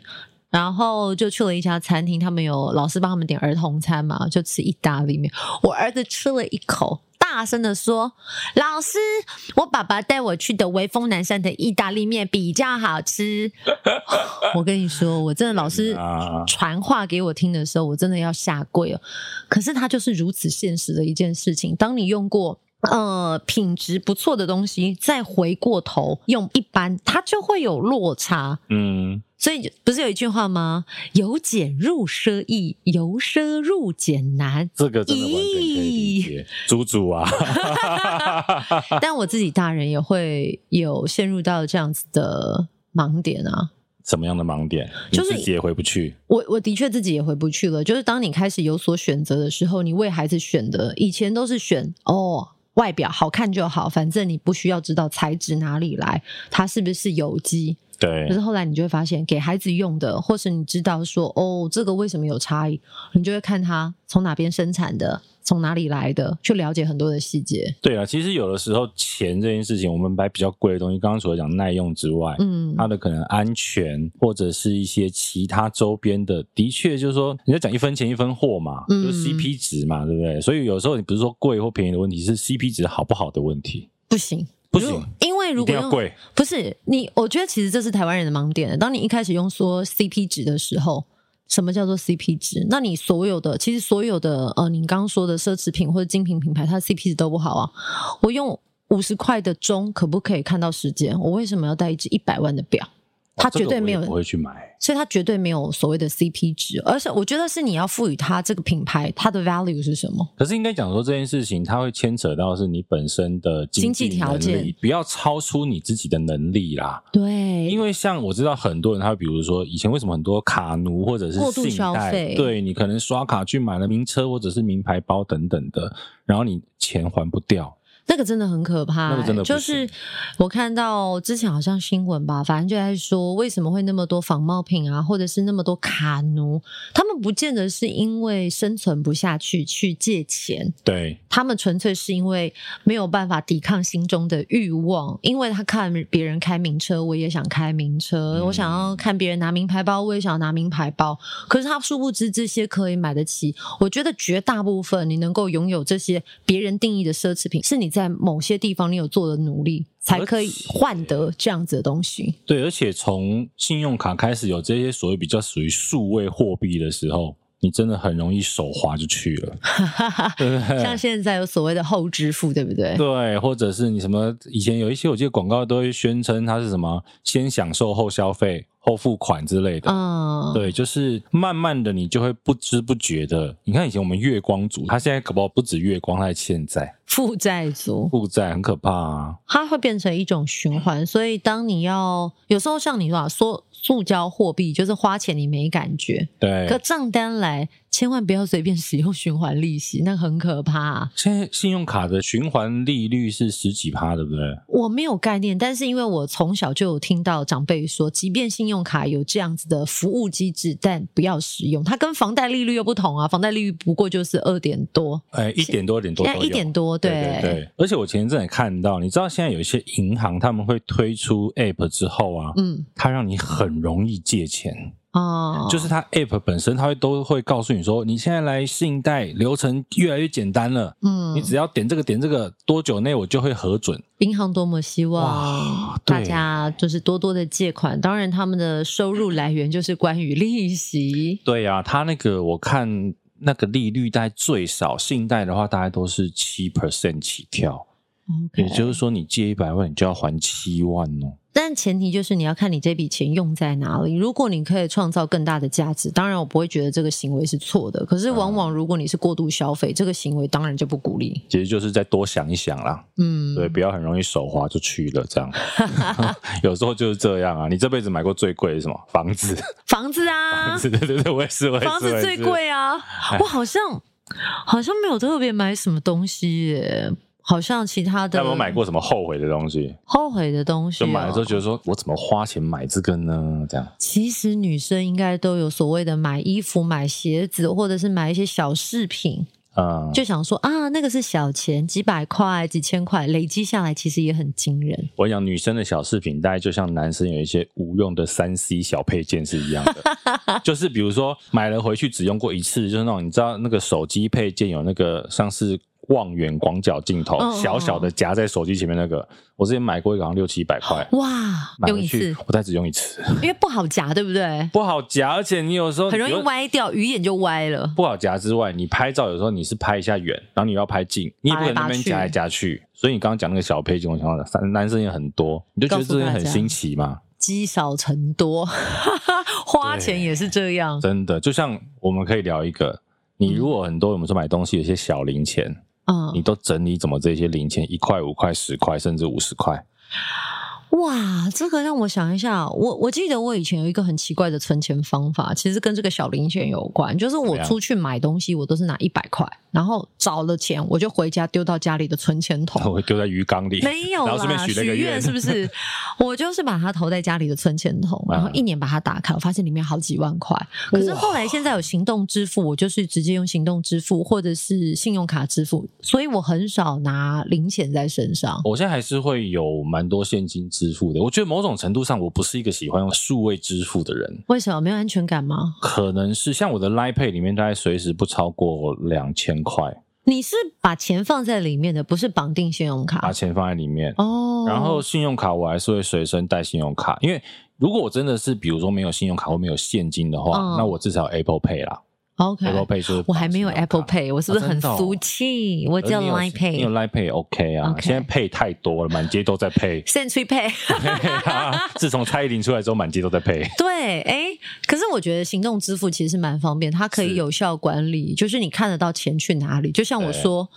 然后就去了一家餐厅，他们有老师帮他们点儿童餐嘛，就吃意大利面。我儿子吃了一口，大声的说：“老师，我爸爸带我去的威风南山的意大利面比较好吃。”我跟你说，我真的老师啊传话给我听的时候，我真的要下跪了。可是它就是如此现实的一件事情。当你用过呃品质不错的东西，再回过头用一般，它就会有落差。嗯，所以不是有一句话吗？由俭入奢易，由奢入俭难。这个真的完全可以理解。猪猪啊， 但我自己大人也会有陷入到这样子的盲点啊。什么样的盲 点？就是你自己也回不去。我我的确自己也回不去了。就是当你开始有所选择的时候，你为孩子选的，以前都是选哦外表好看就好，反正你不需要知道材质哪里来，它是不是有机。对可，是后来你就会发现，给孩子用的，或是你知道说哦这个为什么有差异，你就会看它从哪边生产的，从哪里来的，去了解很多的细节。对啊，其实有的时候钱这件事情，我们买比较贵的东西，刚刚除了讲耐用之外，嗯，它的可能安全或者是一些其他周边的，的确就是说，人家讲一分钱一分货嘛，嗯就是 CP 值嘛，对不对？所以有时候你不是说贵或便宜的问题，是 CP 值好不好的问题，不行，不行如因为如一果定用要贵。不是你，我觉得其实这是台湾人的盲点。当你一开始用说 CP 值的时候，什么叫做 CP 值？那你所有的其实所有的呃，你刚刚说的奢侈品或者精品品牌，它的 CP 值都不好啊。我用五十块的钟可不可以看到时间？我为什么要戴一只一百万的表？它哦这个绝对没有我也不会去买。所以它绝对没有所谓的 CP 值，而且我觉得是你要赋予它这个品牌它的 value 是什么？可是应该讲说这件事情，它会牵扯到是你本身的经济经济条能力件，不要超出你自己的能力啦。对，因为像我知道很多人，他比如说以前为什么很多卡奴或者是过度信消贷，费对你可能刷卡去买了名车或者是名牌包等等的，然后你钱还不掉，那个真的很可怕、欸，那个真的不就行是我看到之前好像新闻吧，反正就在说为什么会那么多仿冒品啊，或者是那么多卡奴，他们不见得是因为生存不下去去借钱，对，他们纯粹是因为没有办法抵抗心中的欲望，因为他看别人开名车，我也想开名车；嗯我想要看别人拿名牌包，我也想要拿名牌包。可是他殊不知这些可以买得起。我觉得绝大部分你能够拥有这些别人定义的奢侈品，是你在某些地方你有做的努力，才可以换得这样子的东西。对，而且从信用卡开始有这些所谓比较属于数位货币的时候，你真的很容易手滑就去 了，对不像对？现在有所谓的后支付，对不 对？对，或者是你什么以前有一些我记得广告都会宣称它是什么先享受后消费后付款之类的，嗯，对，就是慢慢的你就会不知不觉的，你看以前我们月光族，他现在搞不好不止月光，他还欠债，负债族，负债很可怕啊。它会变成一种循环。所以，当你要有时候像你说啊，说塑胶货币就是花钱你没感觉，对，可账单来，千万不要随便使用循环利息，那很可怕啊、现在信用卡的循环利率是十几趴，对不对？我没有概念，但是因为我从小就有听到长辈说，即便信用卡有这样子的服务机制，但不要使用。它跟房贷利率又不同啊，房贷利率不过就是二点多，哎，一点多，一点多现都有，在一点多，对对对。而且我前一阵也看到，你知道现在有一些银行他们会推出 App 之后啊，嗯它让你很容易借钱，哦，就是它 App 本身它会都会告诉你说，你现在来信贷流程越来越简单了。嗯你，只要点这个点这个，多久内我就会核准？银行多么希望哇大对家就是多多的借款，当然他们的收入来源就是关于利息，对呀、啊，他那个我看那个利率大概最少，信贷的话大概都是七 percent 起跳，也 OK 就是说你借一百万，你就要还七万哦。但前提就是你要看你这笔钱用在哪里。如果你可以创造更大的价值，当然我不会觉得这个行为是错的。可是往往如果你是过度消费，这个行为当然就不鼓励。其实就是再多想一想啦，嗯，对，不要很容易手滑就去了 这样。 有时候就是这样啊，你这辈子买过最贵的是什么？房子，房子 啊，对对对对，我也是，我也是，房子我也最是。贵 啊！我好像好像没有特别买什么东西耶，好像其他的有没有买过什么后悔的东西？后悔的东西、就哦。买了之后觉得说，我怎么花钱买这个呢？这样。其实女生应该都有所谓的买衣服、买鞋子，或者是买一些小饰品。嗯，就想说啊，那个是小钱，几百块、几千块，累积下来其实也很惊人。我跟你讲，女生的小饰品大概就像男生有一些无用的三 C 小配件是一样 的，就是比如说买了回去只用过一次，就是那种你知道那个手机配件有那个像是望远广角镜头，嗯嗯嗯小小的夹在手机前面那个，我之前买过一个好像六七百块，哇，买用回一去次，我再只用一次，因为不好夹，对不对？不好夹，而且你有时候很容易你又歪掉，鱼眼就歪了。不好夹之外，你拍照有时候你是拍一下远，然后你又要拍近，你也不可能那边夹来夹去。所以你刚刚讲那个小配件，我想到男男生也很多，你就觉得这些告诉很大家新奇嘛？积少成多， 花钱也是这样。真的，就像我们可以聊一个，你如果很多我们说买东西有些小零钱，你嗯，都整理怎么这些零钱一块、五块、十块，甚至五十块，哇，这个让我想一下，我我记得我以前有一个很奇怪的存钱方法，其实跟这个小零钱有关，就是怎我么样出去买东西，我都是拿一百块，然后找了钱我就回家丢到家里的存钱筒。我会丢在鱼缸里，哦没有然后顺啦，便许许了一个愿愿是不是？我就是把它投在家里的存钱筒，然后啊一年把它打开，我发现里面好几万块。可是后来现在有行动支付，我就是直接用行动支付或者是信用卡支付，所以我很少拿零钱在身上。我现在还是会有蛮多现金支付的。我觉得某种程度上，我不是一个喜欢用数位支付的人，为什么没有安全感吗？可能是像我的 Line Pay 里面，大概随时不超过两千块，你是把钱放在里面的，不是绑定信用把卡钱放在里面。啊哦。然后信用卡我还是会随身带信用卡，因为如果我真的是比如说没有信用卡或没有现金的话，嗯那我至少有 Apple Pay 啦哦 OK， ，Apple Pay 就是我还没有绑信用卡 Apple。Pay，我是不是啊真很的哦俗气？我可只有是呃你 Line 你有 Pay、 Line Pay OK 啊 OK 现在 Pay 太多了，满街都在 Pay。 Century Pay。自从蔡依林出来之后，满街都在 Pay。对，哎，可是我觉得行动支付其实是蛮方便，它可以是有效管理，就是你看得到钱去哪里。就像我对说，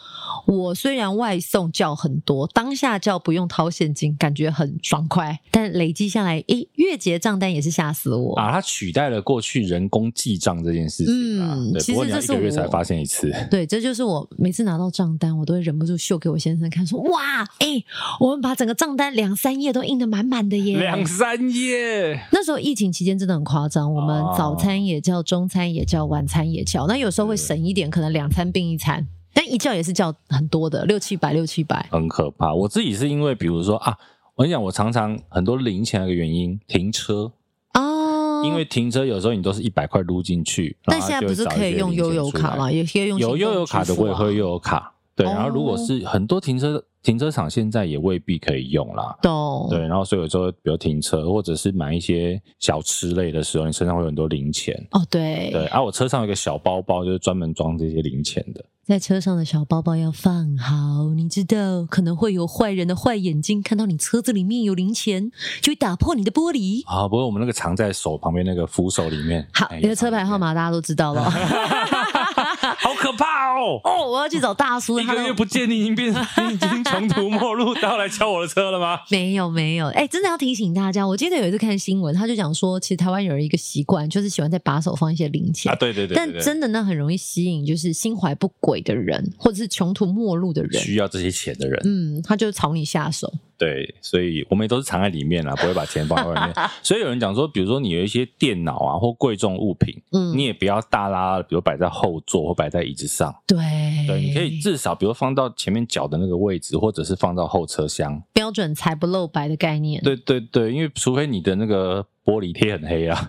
我虽然外送叫很多，当下叫不用掏现金，感觉很爽快，但累积下来，诶，月结账单也是吓死我。啊，它取代了过去人工记账这件事情啊。嗯对，其不过实你要这一是个月才我发现一次。对，这就是我每次拿到账单，我都会忍不住秀给我先生看，说：“哇，诶，我们把整个账单两三页都印得满满的耶！”两三页，那时候疫情期间真的很夸张，我们哦早餐也叫，中餐也叫，晚餐也叫。那有时候会省一点，可能两餐并一餐，但一叫也是叫很多的，六七百，六七百。很可怕。我自己是因为，比如说啊，我跟你讲，我常常很多零钱的一个原因，停车，哦，因为停车有时候你都是一百块撸进去，然但后现它在就不会找是可一以些用零悠钱游出卡来吗？也可以用有行悠动游卡支的，付我也啊会悠游卡。对，然后如哦果是很多停车停车场现在也未必可以用啦。懂。对，然后所以有时候比如停车或者是买一些小吃类的时候，你身上会有很多零钱。哦，对，对，啊，我车上有一个小包包，就是专门装这些零钱的。在车上的小包包要放好，你知道可能会有坏人的坏眼睛看到你车子里面有零钱，就会打破你的玻璃。啊，不过我们那个藏在手旁边那个扶手里面。好，哎 你的车牌号？码大家都知道了。好可怕 哦！哦，我要去找大叔，一他个月都不见，你已经变，你已经穷途末路，到来敲我的车了吗？没有没有，哎、真的要提醒大家，我记得有一次看新闻，他就讲说，其实台湾有一个习惯，就是喜欢在把手放一些零钱。啊，对对对对但对，真的那很容易吸引，就是心怀不轨的人，或者是穷途末路的人。需要这些钱的人，嗯，他就朝你下手。对，所以我们也都是藏在里面啦，不会把钱放在外面。 所以有人讲说，比如说你有一些电脑啊或贵重物品，嗯，你也不要大拉，比如摆在后座或摆在椅子上，对对，你可哎以至少比如放到前面脚的那个位置，或者是放到后车厢。标准财不露白的概念。对对对，因为除非你的那个玻璃贴很黑 啊，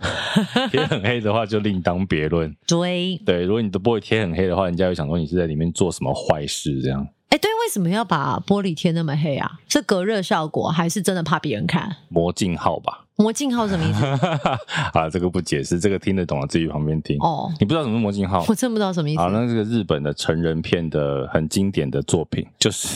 贴很黑的话就另当别论。对，对，如果你的玻璃贴很黑的话，人家会想说你是在里面做什么坏事这样。哎、对，为什么要把玻璃贴那么黑啊？是隔热效果，还是真的怕别人看？魔镜号吧， 魔镜号什么意思？啊，这个不解释，这个听得懂的自己旁边听。哦，你不知道什么是魔镜号？我真不知道什么意思好，。那这个日本的成人片的很经典的作品，就是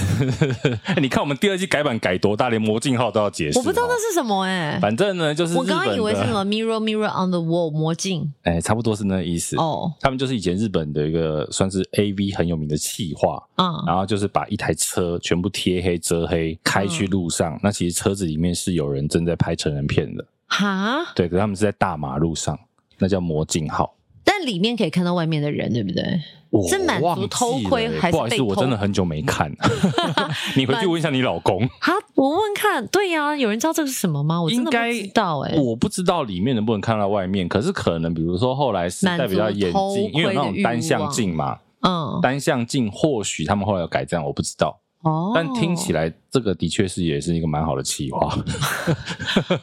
哎你看我们第二季改版改多大，连魔镜号都要解释。我不知道那哦是什么哎、反正呢，就是我日刚刚本以为是的什么 mirror mirror on the wall 魔镜哎，差不多是那个意思。哦，他们就是以前日本的一个算是 A V 很有名的企划，啊、然后就是把一台车全部贴黑遮黑，开嗯去路上。那其实车子里面是有人正在拍成人片的，哈，对，可是他们是在大马路上，那叫魔镜号。但里面可以看到外面的人，对不对？我是满忘足记偷窥了耶还是不好意被思，我偷真的很久没看， 你回去问一下你老公。哈，我问问看，对呀、有人知道这是什么吗？我真的应不该知道哎、我不知道里面能不能看到外面，可是可能比如说后来时代比较演满足偷窥进，的因为有那种单向镜嘛，嗯，单向镜或许他们后来有改这样，我不知道。哦，哦但听起来这个的确是也是一个蛮好的企划，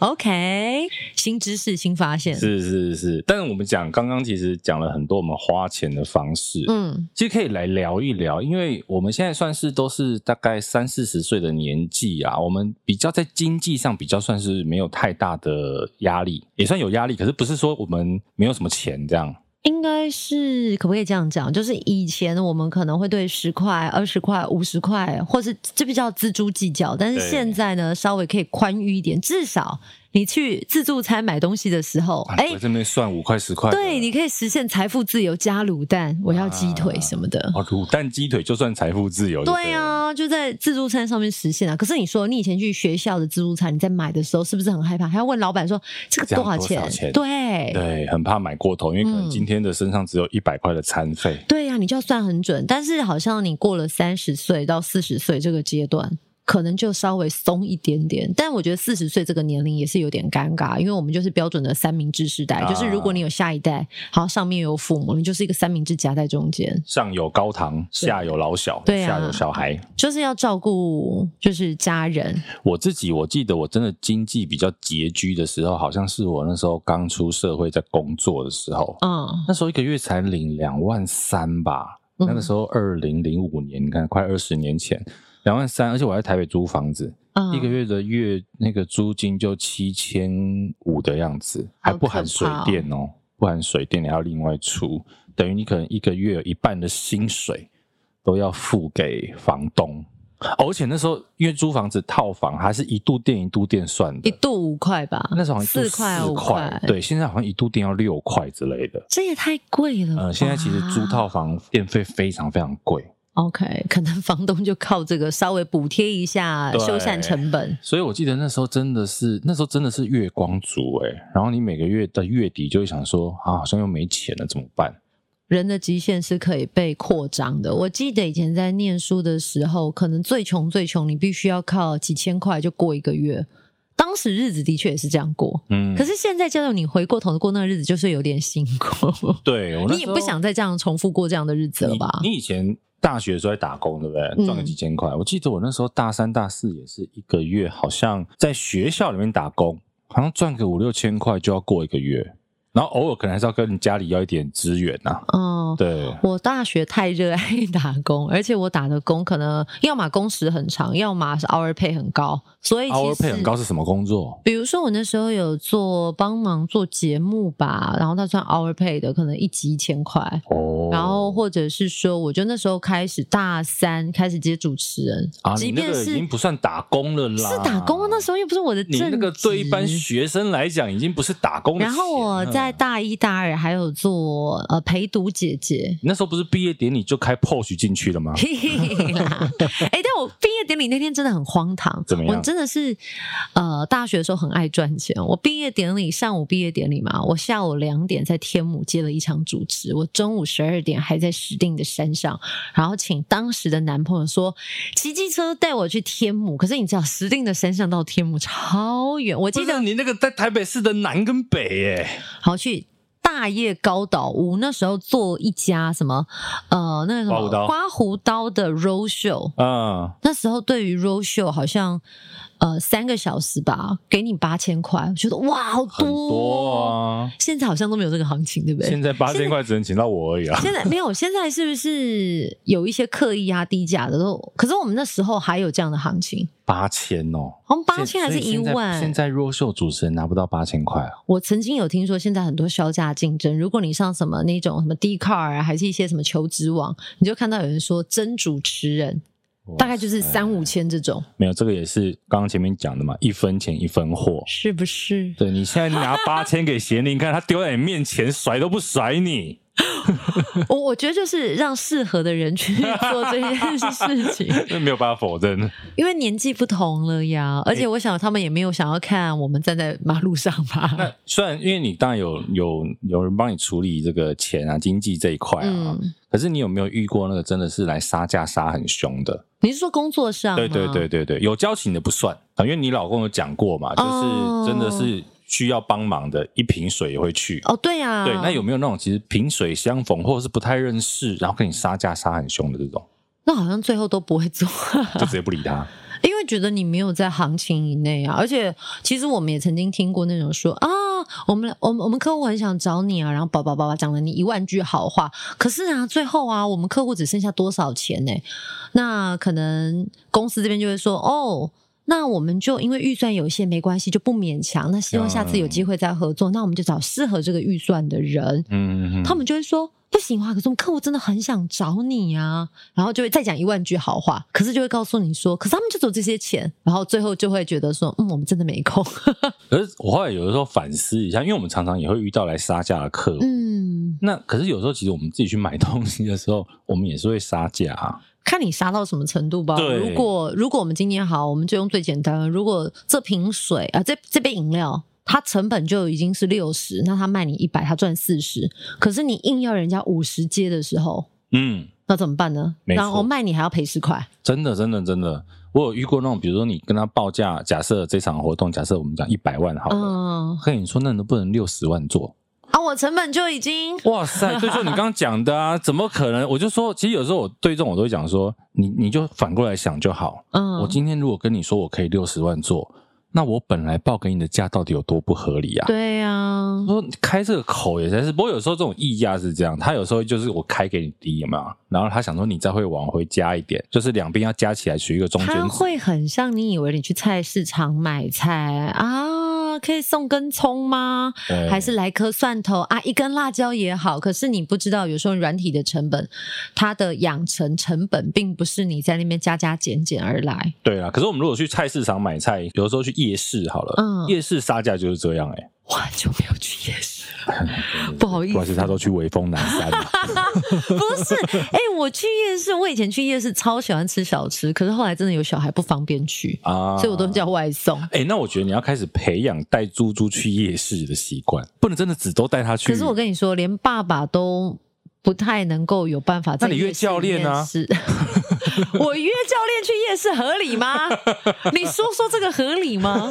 OK，新知识新发现，是是是。但是我们讲刚刚其实讲了很多我们花钱的方式，嗯其实可以来聊一聊，因为我们现在算是都是大概三四十岁的年纪啊，我们比较在经济上比较算是没有太大的压力，也算有压力，可是不是说我们没有什么钱这样。应该是可不可以这样讲？就是以前我们可能会对十块、二十块、五十块，或是这比较锱铢计较，但是对现在呢，稍微可以宽裕一点，至少你去自助餐买东西的时候，啊哎、我这边算五块十块的，对，你可以实现财富自由，加卤蛋，我要鸡腿什么的。哦，卤蛋鸡腿就算财富自由就对了，啊，就在自助餐上面实现啊。可是你说，你以前去学校的自助餐，你在买的时候是不是很害怕？还要问老板说这个这样少多少钱对啊对，很怕买过头，因为可能嗯今天的身上只有一百块的餐费。对呀、你就要算很准。但是好像你过了三十岁到四十岁这个阶段，可能就稍微松一点点。但我觉得四十岁这个年龄也是有点尴尬，因为我们就是标准的三明治世代，啊就是如果你有下一代，好上面有父母，你就是一个三明治夹在中间，上有高堂，下有老小，对啊下有小孩。就是要照顾就是家人。我自己我记得我真的经济比较拮据的时候，好像是我那时候刚出社会在工作的时候，嗯那时候一个月才领两万三吧。嗯那个时候二零零五年，你看快二十年前，两万三，而且我还在台北租房子，嗯，一个月的月那个租金就七千五的样子，还好不可含水怕哦电哦，不含水电你还要另外出，等于你可能一个月有一半的薪水都要付给房东。哦而且那时候因为租房子套房，还是一度电一度电算一的，度五块吧，那时候好像一度四块四五块，，对，现在好像一度电要六块之类的。这也太贵了吧。呃，现在其实租套房电费非常非常贵， OK，可能房东就靠这个稍微补贴一下对修缮成本。所以我记得那时候真的是，那时候真的是月光族哎、然后你每个月的月底就会想说啊，好像又没钱了，怎么办？人的极限是可以被扩张的。我记得以前在念书的时候，可能最穷最穷，你必须要靠几千块就过一个月。当时日子的确也是这样过，嗯，可是现在叫你回过头过那个日子，就是有点辛苦。对 我那你也时候不想再这样重复过这样的日子了吧？你？你以前大学的时候在打工对不对？赚个嗯几千块。我记得我那时候大三大四也是一个月，好像在学校里面打工，好像赚个五六千块就要过一个月，然后偶尔可能还是要跟你家里要一点资源呐、嗯，对，我大学太热爱打工，而且我打的工可能要么工时很长，要么是 hour pay 很高，所以其 hour 实 pay 很高是什么工作？比如说我那时候有做帮忙做节目吧，然后他算 hour pay 的，可能一集一千块。哦然后或者是说，我就那时候开始大三开始接主持人，啊，即你那便个已是经不算打工了啦，啊是打工啊，那时候又不是我的你正那个对一般职学生来讲，已经不是打工的嗯然钱了。啊。后我在在大一、大二还有做呃陪读姐姐那时候不是毕业典礼就开 POS 进去了吗？嘿嘿啦， 哎、但我毕业典礼那天真的很荒唐。怎么样我真的是，呃，大学的时候很爱赚钱。我毕业典礼上午毕业典礼嘛，我下午两点在天母接了一场主持，我中午十二点还在石碇的山上，然后请当时的男朋友说骑机车带我去天母。可是你知道石碇的山上到天母超远，我记记得得啊你那个在台北市的南跟北耶，好去大叶高岛屋，那时候做一家什么呃那个什刮胡么刀刮胡刀的 roll show，嗯，那时候对于 roll show 好像呃三个小时吧，给你八千块，我觉得哇好很多哦多啊。现在好像都没有这个行情，对不对？现在八千块只能请到我而已啊。现在没有，现在是不是有一些刻意压低价的都？可是我们那时候还有这样的行情，八千哦，好像八千还是所以一现在万？现在弱秀主持人拿不到八千块啊，我曾经有听说，现在很多销价竞争，如果你上什么那种什么 d c a r 啊，还是一些什么求职网，你就看到有人说真主持人，大概就是三五千这种，哎没有这个也是刚刚前面讲的嘛，一分钱一分货。是不是？对你现在拿八千给贤玲看，他丢在你面前甩都不甩你， 我我觉得就是让适合的人去 做这件事情， 这没有办法否认。因为年纪不同了呀，哎而且我想他们也没有想要看我们站在马路上吧。那虽然因为你当然有有有人帮你处理这个钱啊、经济这一块啊，嗯，可是你有没有遇过那个真的是来杀价杀很凶的？你是说工作上？对对对，对对，有交情的不算啊，因为你老公有讲过哦嘛，就是真的是需要帮忙的，一瓶水也会去。哦对呀、啊，对，那有没有那种其实萍水相逢，或者是不太认识，然后跟你杀价杀很凶的这种，那好像最后都不会做。就直接不理 他？因为觉得你没有在行情以内啊，而且其实我们也曾经听过那种说啊，我们我们我们客户很想找你啊，然后叭叭叭叭讲了你一万句好话，可是啊，最后啊，我们客户只剩下多少钱呢、那可能公司这边就会说哦。那我们就因为预算有限，没关系，就不勉强。那希望下次有机会再合作，那我们就找适合这个预算的人。嗯，嗯嗯他们就会说不行啊，可是我们客户真的很想找你啊，然后就会再讲一万句好话，可是就会告诉你说，可是他们就走这些钱，然后最后就会觉得说，嗯，我们真的 没空，可是我后来有的时候反思一下，因为我们常常也会遇到来杀价的客户。嗯，那可是有时候，其实我们自己去买东西的时候，我们也是会杀价、啊。看你杀到什么程度吧。对如果如果我们今天好，我们就用最简单的，如果这瓶水啊、这这杯饮料。它成本就已经是六十，那他卖你一百，他赚四十。可是你硬要人家五十接的时候，嗯，那怎么办呢？没错然后卖你还要赔十块，真的，真的，真的，我有遇过那种，比如说你跟他报价，假设这场活动，假设我们讲一百万好了，嗯，跟你说那你都不能六十万做。啊，我成本就已经哇塞，对，就你刚刚讲的啊，怎么可能？我就说，其实有时候我对这种我都会讲说，你你就反过来想就好。嗯，我今天如果跟你说我可以六十万做，那我本来报给你的价到底有多不合理啊？对呀、我说开这个口也真是，不过有时候这种溢价是这样，他有时候就是我开给你低有没有？然后他想说你再会往回加一点，就是两边要加起来取一个中间它值。会很像你以为你去菜市场买菜啊，可以送根葱吗？对还是来颗蒜头啊，一根辣椒也好。可是你不知道，有时候软体的成本，它的养成成本并不是你在那边加加减减而来。对啊啦。可是我们如果去菜市场买菜，有时候去夜市好了，嗯夜市杀价就是这样哎、我很久没有去夜市了，不好意不管是思，他都去威风南山了，不是。哎、我去夜市，我以前去夜市超喜欢吃小吃，可是后来真的有小孩不方便去，啊， 所以我都。叫外送。哎、那我觉得你要开始培养带猪猪去夜市的习惯，不能真的只都带它去。可是我跟你说，连爸爸都不太能够有办法在那你约教练啊是， 我约教练去夜市合 理吗？你说说这个合理吗？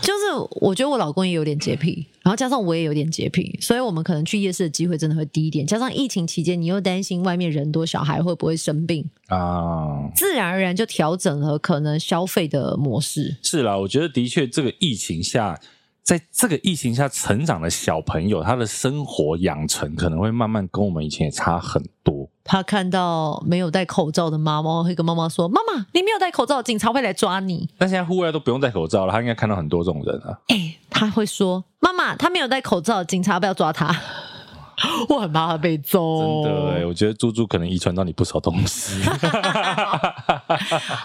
就是我觉得我老公也有点洁癖，然后加上我也有点洁癖，所以我们可能去夜市的机会真的会低一点。加上疫情期间，你又担心外面人多，小孩会不会生病，啊，自然而然就调整了可能消费的模式。是啦，我觉得的确，这个疫情下，在这个疫情下成长的小朋友，他的生活养成可能会慢慢跟我们以前也差很多。他看到没有戴口罩的妈妈，会跟妈妈说：“妈妈，你没有戴口罩，警察会来抓你。”但现在户外都不用戴口罩了，他应该看到很多这种人啊。哎、他会说：“妈妈，他没有戴口罩，警察要不要抓他。” 我很怕他被揍，真的哎、我觉得猪猪可能遗传到你不少东西。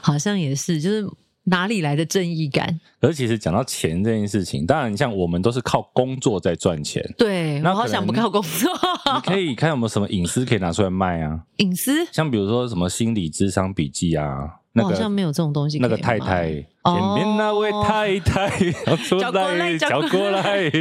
好像也是，就是哪里来的正义感？可是其实讲到钱这件事情，当然像我们都是靠工作在赚钱， 对那我好可想不能靠工作，你可以看有没有什么隐私可以拿出来卖啊，隐私像比如说什么心理智商笔记啊，我那好哦像个没有这种东西那可以卖。个太太，前哦面那位太 太要出搅过来来，搅搅过来，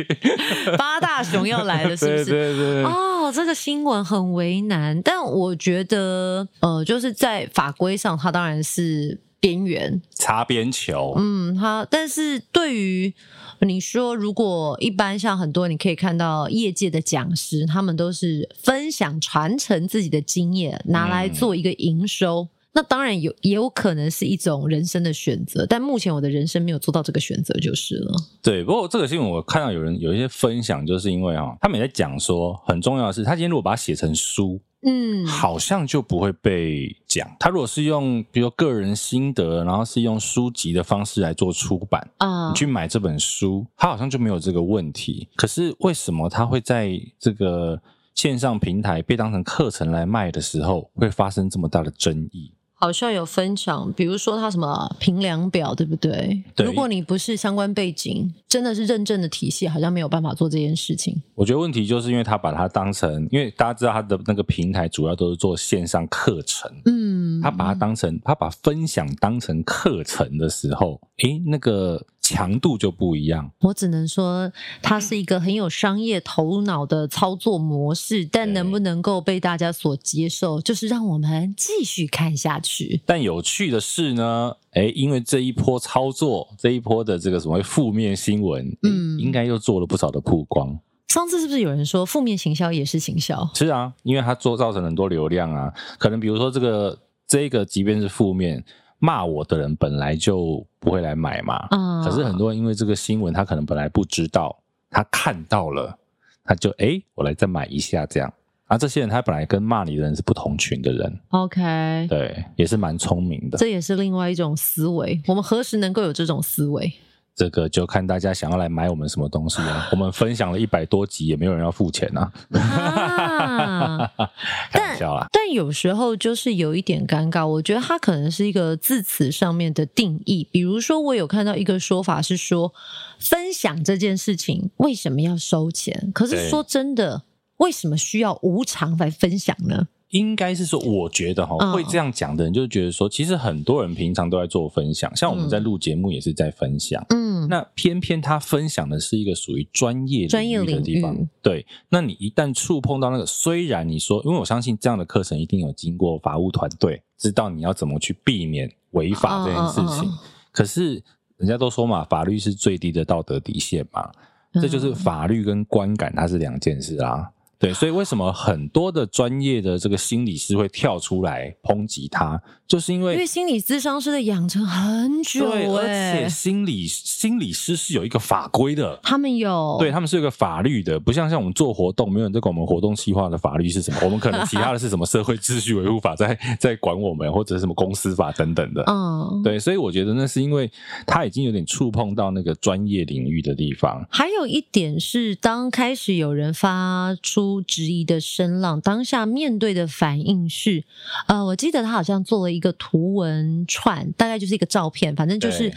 八大熊要来 了，是不 对是？对对，哦，这个新闻很为难，但我觉得，呃，就是在法规上，它当然是边缘，擦边球，嗯，它，但是对于你说，如果一般像很多你可以看到业界的讲师，他们都是分享传承自己的经验，拿来嗯做一个营收。那当然有，也有可能是一种人生的选择，但目前我的人生没有做到这个选择就是了。对，不过这个新闻我看到有人有一些分享，就是因为哈、他们也在讲说，很重要的是，他今天如果把它写成书，嗯，好像就不会被讲。他如果是用比如说个人心得，然后是用书籍的方式来做出版，啊你去买这本书，他好像就没有这个问题。可是为什么他会在这个线上平台被当成课程来卖的时候，会发生这么大的争议？好像有分享，比如说他什么评量表，对不对？对如果你不是相关背景，真的是认证的体系，好像没有办法做这件事情。我觉得问题就是因为他把它当成，因为大家知道他的那个平台主要都是做线上课程。嗯，他把它当成他把分享当成课程的时候，诶，那个强度就不一样。我只能说，嗯它是一个很有商业头脑的操作模式，但对能不能够被大家所接受，就是让我们继续看下去。但有趣的是呢，诶，因为这一波操作，这一波的这个所谓负面新闻，嗯嗯，应该又做了不少的曝光。上次是不是有人说负面行销也是行销？是啊，因为它做造成很多流量啊，可能比如说这个这个，即便是负面骂我的人，本来就不会来买嘛，啊、可是很多人因为这个新闻，他可能本来不知道，他看到了，他就哎、诶我来再买一下这样。啊，这些人他本来跟骂你的人是不同群的人， OK，对，也是蛮聪明的。这也是另外一种思维。我们何时能够有这种思维？ 这个就看大家想要来买我们什么东西啊。我们分享了一百多集，也没有人要付钱啊。 啊 开玩笑啦，但有时候就是有一点尴尬，我觉得它可能是一个字词上面的定义。比如说，我有看到一个说法是说，分享这件事情为什么要收钱？可是对说真的，为什么需要无偿来分享呢？应该是说，我觉得哈嗯，会这样讲的人，就觉得说，其实很多人平常都在做分享，像我们在录节目也是在分享。嗯，那偏偏他分享的是一个属于专业专业领域的领地方域，对。那你一旦触碰到那个，虽然你说，因为我相信这样的课程一定有经过法务团队，知道你要怎么去避免违法这件事情。嗯嗯可是人家都说嘛，法律是最低的道德底线嘛，嗯这就是法律跟观感它是两件事啊。对，所以为什么很多的专业的这个心理师会跳出来抨击他，就是因因为为心理咨商师的养成很久、对，而且哎，心理心理师是有一个法规的，他们有对，他们是有个法律的，不像像我们做活动，没有人在管我们活动计划的法律是 什么，我们可能其他的是什么社会秩序维护法在 在管我们，或者是什么公司法等等的。嗯，对，所以我觉得那是因为他已经有点触碰到那个专业领域的地方。还有一点是，当开始有人发出质疑的声浪，当下面对的反应是，呃，我记得他好像做了一个图文串，大概就是一个照片，反正就是对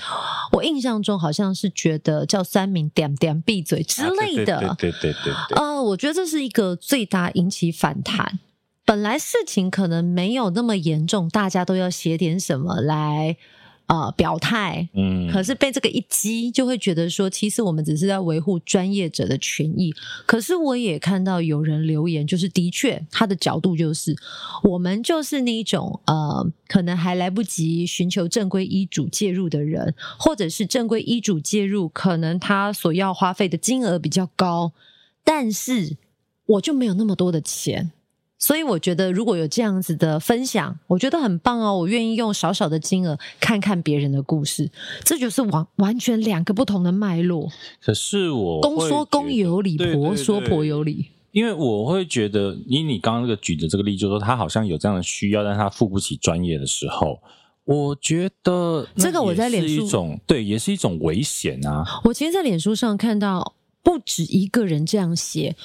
我印象中好像是觉得叫三明点点闭嘴之类的，啊对对对对对对呃，我觉得这是一个最大引起反弹。本来事情可能没有那么严重，大家都要写点什么来呃表态，嗯，可是被这个一激，就会觉得说，其实我们只是在维护专业者的权益。可是我也看到有人留言，就是的确他的角度就是，我们就是那一种呃，可能还来不及寻求正规医嘱介入的人，或者是正规医嘱介入，可能他所要花费的金额比较高，但是我就没有那么多的钱。所以我觉得，如果有这样子的分享，我觉得很棒哦。我愿意用少少的金额看看别人的故事，这就是完完全两个不同的脉络。可是我公会说公觉有得理，对婆对说婆对有理。因为我会觉得，以你刚刚那个举的这个例，就是说他好像有这样的需要，但是他付不起专业的时候，我觉得那这个我在也脸是书一种对，也是一种危险啊。我其实，在脸书上看到不止一个人这样写，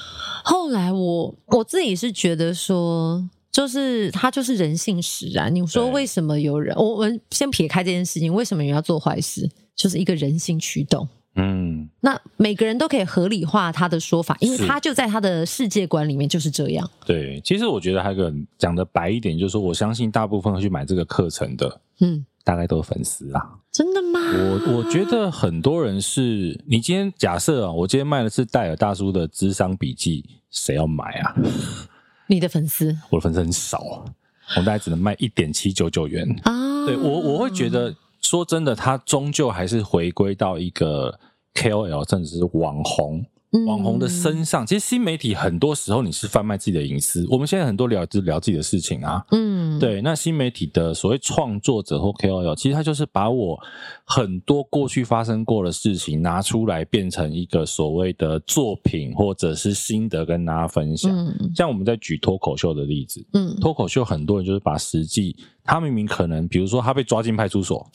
后来我我自己是觉得说，就是它就是人性使然。你说对为什么有人？我我们先撇开这件事情，为什么有人要做坏事？就是一个人性驱动。嗯，那每个人都可以合理化他的说法，因为是他就在他的世界观里面就是这样。对。其实我觉得还有一个很讲的白一点，就是说我相信大部分会去买这个课程的，嗯，大概都是粉丝啦。真的吗？我我觉得很多人是你今天假设啊，我今天卖的是戴尔大叔的智商笔记，谁要买啊？你的粉丝我的粉丝很少，啊我大概只能卖一点七九九元。啊，对我我会觉得，说真的，它终究还是回归到一个 KOL，甚至是网红。嗯网红的身上，其实新媒体很多时候你是贩卖自己的隐私。我们现在很多聊就是聊自己的事情啊，嗯，对，那新媒体的所谓创作者或 KOL，其实他就是把我很多过去发生过的事情拿出来，变成一个所谓的作品或者是心得跟大家分享。嗯像我们在举脱口秀的例子，嗯，脱口秀很多人就是把实际，他明明可能，比如说他被抓进派出所，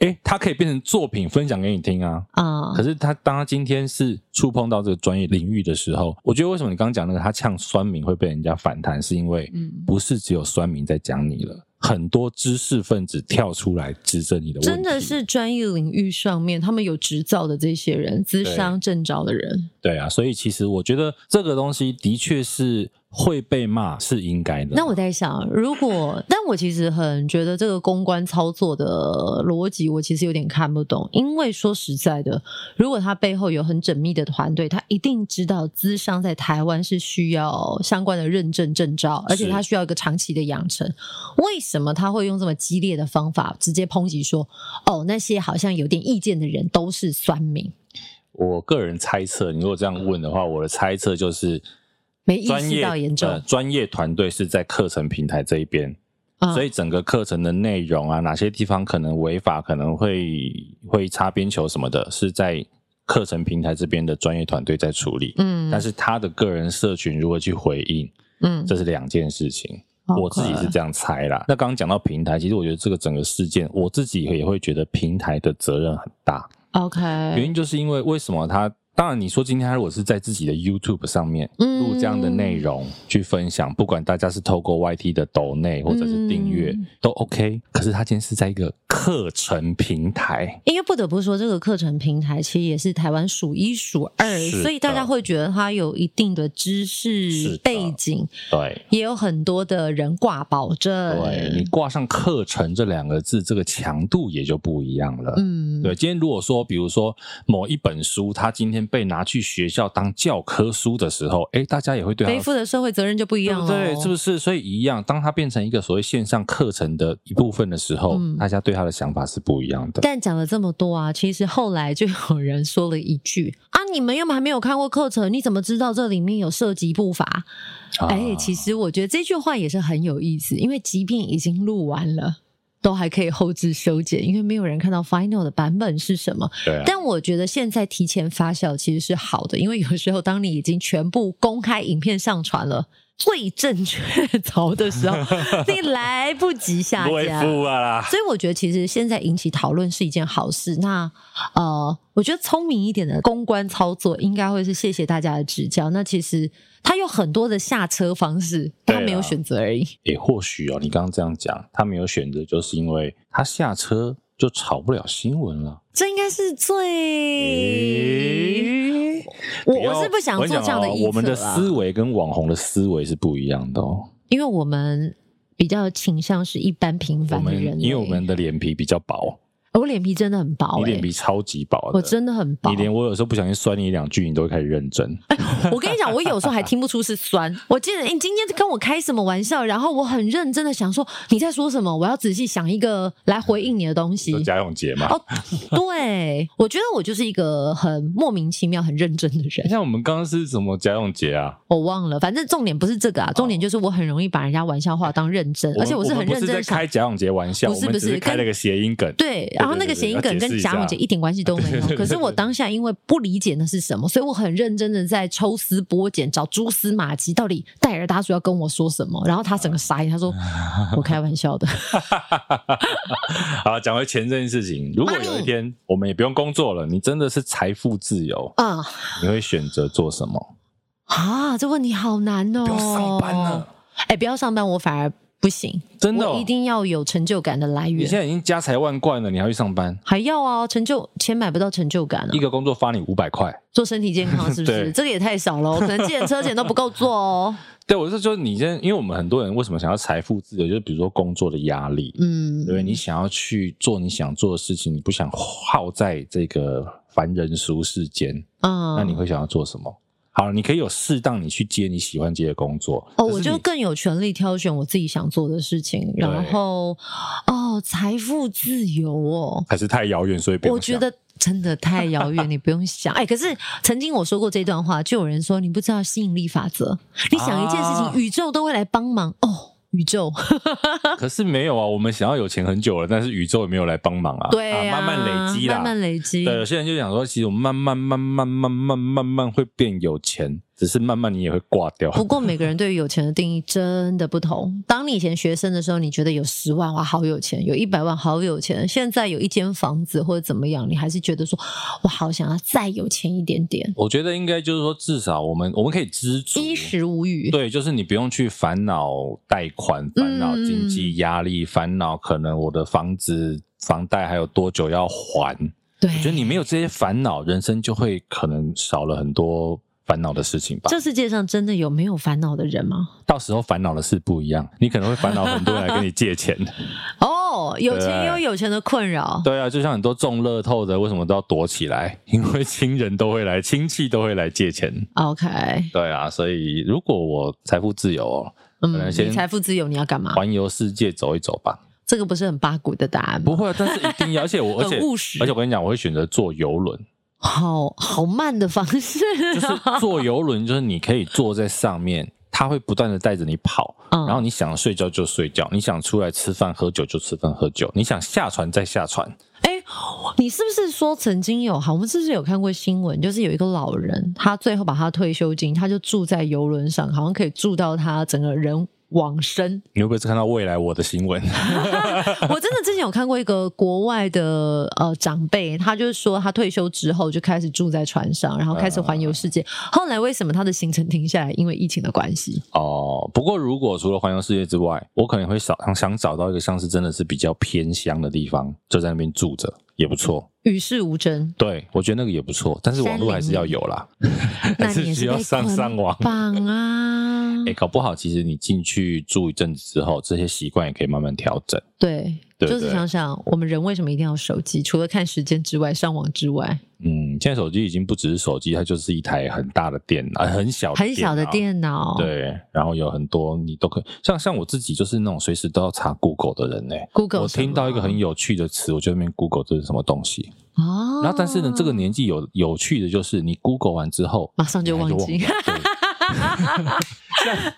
诶，他可以变成作品分享给你听啊。啊可，是他当他今天是触碰到这个专业领域的时候，我觉得为什么你刚刚讲那个他呛酸民会被人家反弹，是因为嗯不是只有酸民在讲你了，很多知识分子跳出来指证你的问题，真的是专业领域上面，他们有执照的这些人，资商证照的人，对啊，所以其实我觉得这个东西的确是会被骂是应该的。那我在想，如果，但我其实很觉得这个公关操作的逻辑，我其实有点看不懂。因为说实在的，如果他背后有很缜密的团队，他一定知道资商在台湾是需要相关的认证证照，而且是他需要一个长期的养成。为什么他会用这么激烈的方法直接抨击说，哦，那些好像有点意见的人都是酸民，我个人猜测，你如果这样问的话，我的猜测就是没意专识业到严重呃专业团队是在课程平台这一边，啊所以整个课程的内容啊，哪些地方可能违法，可能会会擦边球什么的，是在课程平台这边的专业团队在处理。嗯，但是他的个人社群如何去回应，嗯，这是两件事情。好我自己是可这样猜啦。那刚刚讲到平台，其实我觉得这个整个事件，我自己也会觉得平台的责任很大。 OK，原因就是因为为什么他？当然，你说今天他如果是在自己的 YouTube 上面嗯录这样的内容去分享，不管大家是透过 YT 的抖内或者是订阅、嗯都 OK。可是他今天是在一个课程平台，因为不得不说，这个课程平台其实也是台湾数一数二，是的所以大家会觉得它有一定的知识是的背景，对，也有很多的人挂保证。对你挂上课程这两个字，这个强度也就不一样了。嗯，对，今天如果说，比如说某一本书，它今天被拿去学校当教科书的时候，诶，大家也会对它背负的社会责任就不一啊对样哦不了，对？是不是？所以一样，当它变成一个所谓线上课程的一部分的时候，嗯大家对它的想法是不一样的。但讲了这么多啊，其实后来就有人说了一句啊，你们又还没有看过课程，你怎么知道这里面有涉及不法？啊哎、其实我觉得这句话也是很有意思，因为即便已经录完了，都还可以后置修剪，因为没有人看到 final 的版本是什么。对啊，但我觉得现在提前发酵其实是好的，因为有时候当你已经全部公开影片上传了。最正确 凿的时候，你来不及下不会架，付啊啦，所以我觉得，其实现在引起讨论是一件好事。那呃，我觉得聪明一点的公关操作，应该会是谢谢大家的指教。那其实他有很多的下车方式，对啊他没有选择而已。也或许哦，你刚刚这样讲，他没有选择，就是因为他下车就炒不了新闻了。这应该是最……我要我是不想我做跟你这讲样的哦预测、啊我们的思维跟网红的思维是不一样的哦。因为我们比较倾向是一般平我凡的们人类，因为我们的脸皮比较薄，我脸皮真的很薄、你欸，脸皮超级薄的，我真的很薄啊你。连我有时候不小心酸你两句，你都会开始认真。 我跟你讲，我有时候还听不出 是酸。我记得你今天跟我开什么玩笑，然后我很认真的想说你在说什么，我要仔细想一个来回应你的东西就。贾永杰嘛，哦，对，我觉得我就是一个很莫名其妙、很认真的 人。像我们刚刚是什么贾永杰啊？我忘了，反正重点不是这个啊，重点就是我很容易把人家玩笑话当认真，而且我们是我们很不认是真在的想开。贾永杰玩笑，不是我们不只是开了跟个谐音梗。对，然后那个谐音梗对对对跟对贾要永解释一杰下一点关系都没对对有对。对可是我当下因为不理解那是什么，所以我很认真的在抽丝剥茧，找蛛丝马迹，到底戴尔大叔要跟我说什么？然后他整个傻眼，他 说：“我开玩笑的。好，讲回钱这件事情，如果有一天我们也不用工作了，你真的是财富自由”，啊你会选择做什么？啊，这问题好难哦！不用上班了，哎，不要上班，我反而不行，真的哦我一定要有成就感的来你现源。在已经家财万贯了，你还要去上班？还要啊，成就钱买不到成就感啊一！个工作发你五百块，做身体健康是不对是？这个也太少了哦，可能健车钱都不够 做哦。对我是说你现在，因为我们很多人为什么想要财富自由，就是比如说工作的压力，嗯，对不对？你想要去做你想做的事情，你不想耗在这个凡人俗世间，嗯，那你会想要做什么？好，你可以有适当你去接你喜欢接的工作。哦，可是我就你更有权利挑选我自己想做的事情，然后哦，财富自由哦，还是太遥远，所以不要我觉想得真的太遥远，你不用想。哎，可是曾经我说过这段话，就有人说你不知道吸引力法则，你想一件事情，啊宇宙都会来帮忙哦。宇宙 可是没有啊，我们想要有钱很久了，但是宇宙也没有来帮忙啊。对啊，慢慢累积啦。慢慢累积。对，有些人就想说，其实我们慢慢、慢慢、慢慢、慢慢会变有钱，只是慢慢你也会挂掉。不过每个人对于有钱的定义真的不同。当你以前学生的时候，你觉得有十万哇好有钱，有一百万好有钱，现在有一间房子或者怎么样，你还是觉得说我好想要再有钱一点点，我觉得应该就是说，至少我们我们可以知足。衣食无余。对，就是你不用去烦恼贷款、烦恼经济压力、烦恼可能我的房子房贷还有多久要还。对，我觉得你没有这些烦恼，人生就会可能少了很多烦恼的事情吧。这世界上真的有没有烦恼的人吗？到时候烦恼的事不一样，你可能会烦恼很多人来跟你借钱。 哦，有钱也有对有钱的困扰。对啊，就像很多中乐透的，为什么都要躲起来？因为亲人都会来，亲戚都会来借钱。 OK，对啊，所以如果我财富自由、哦，嗯，能先你财富自由你要干嘛？环游世界走一走吧。这个不是很八股的答案吗不会啊，但是一定要，而且我而且 很务实而且我跟你讲，我会选择坐游轮，好好慢的方式 就哦、是坐游轮，就是你可以坐在上面，它会不断的带着你跑，嗯然后你想睡觉就睡觉，你想出来吃饭喝酒就吃饭喝酒，你想下船再下船。哎，你是不是说曾经有好？我们是不是有看过新闻？就是有一个老人，他最后把他退休金，他就住在游轮上，好像可以住到他整个人往生。 你会不会是看到未来我的新闻？ 我真的之前有看过一个国外的呃长辈，他就是说他退休之后就开始住在船上，然后开始环游世啊界。后来为什么他的行程停下来？因为疫情的关系。哦，不过如果除了环游世界之外，我可能会想想找到一个像是真的是比较偏乡的地方，就在那边住着也不错。与世无争，对，我觉得那个也不错，但是网络还是要有啦，还那你是也需是要被上捆上网。绑啊！哎、搞不好其实你进去住一阵子之后，这些习惯也可以慢慢调整。对，对就是对想想我们人为什么一定要手机？除了看时间之外，上网之外，嗯，现在手机已经不只是手机，它就是一台很大的电脑，呃很小的很小的脑。电脑，对，然后有很多你都可以，像像我自己就是那种随时都要查 Google 的人呢、欸，Google 啊我听到一个很有趣的词，我就在那边 Google 这是什么东西。哦，然后但是呢，这个年纪有有趣的就是你 Google 完之后，马上就你还忘是记了。对 像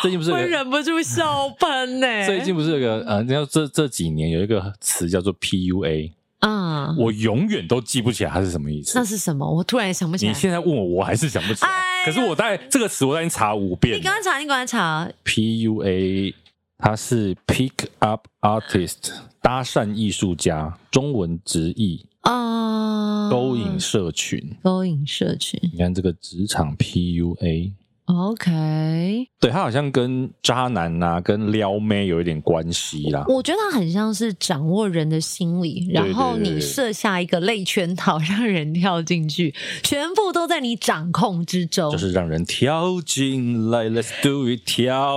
最近不是有会个忍不住笑喷呢、 最近不是有个呃，你知道这这几年有一个词叫做 PUA，啊、我永远都记不起来它是什么意思那。是什么？我突然也想不起你来。现在问我，我还是想不起来。哎呀可是我大概这个词我大概查五遍你刚了。刚查，你刚刚查， PUA 它是 Pick Up Artist，搭讪艺术家，中文直译啊、勾引社群。勾引社群你看这个职场 PUA， ，OK，对它好像跟渣男啊、跟撩妹有一点关系啦。我觉得它很像是掌握人的心理，然后对对你设下一个类圈套，让人跳进去，全部都在你掌控之中。就是让人跳进来，Let's do it，跳。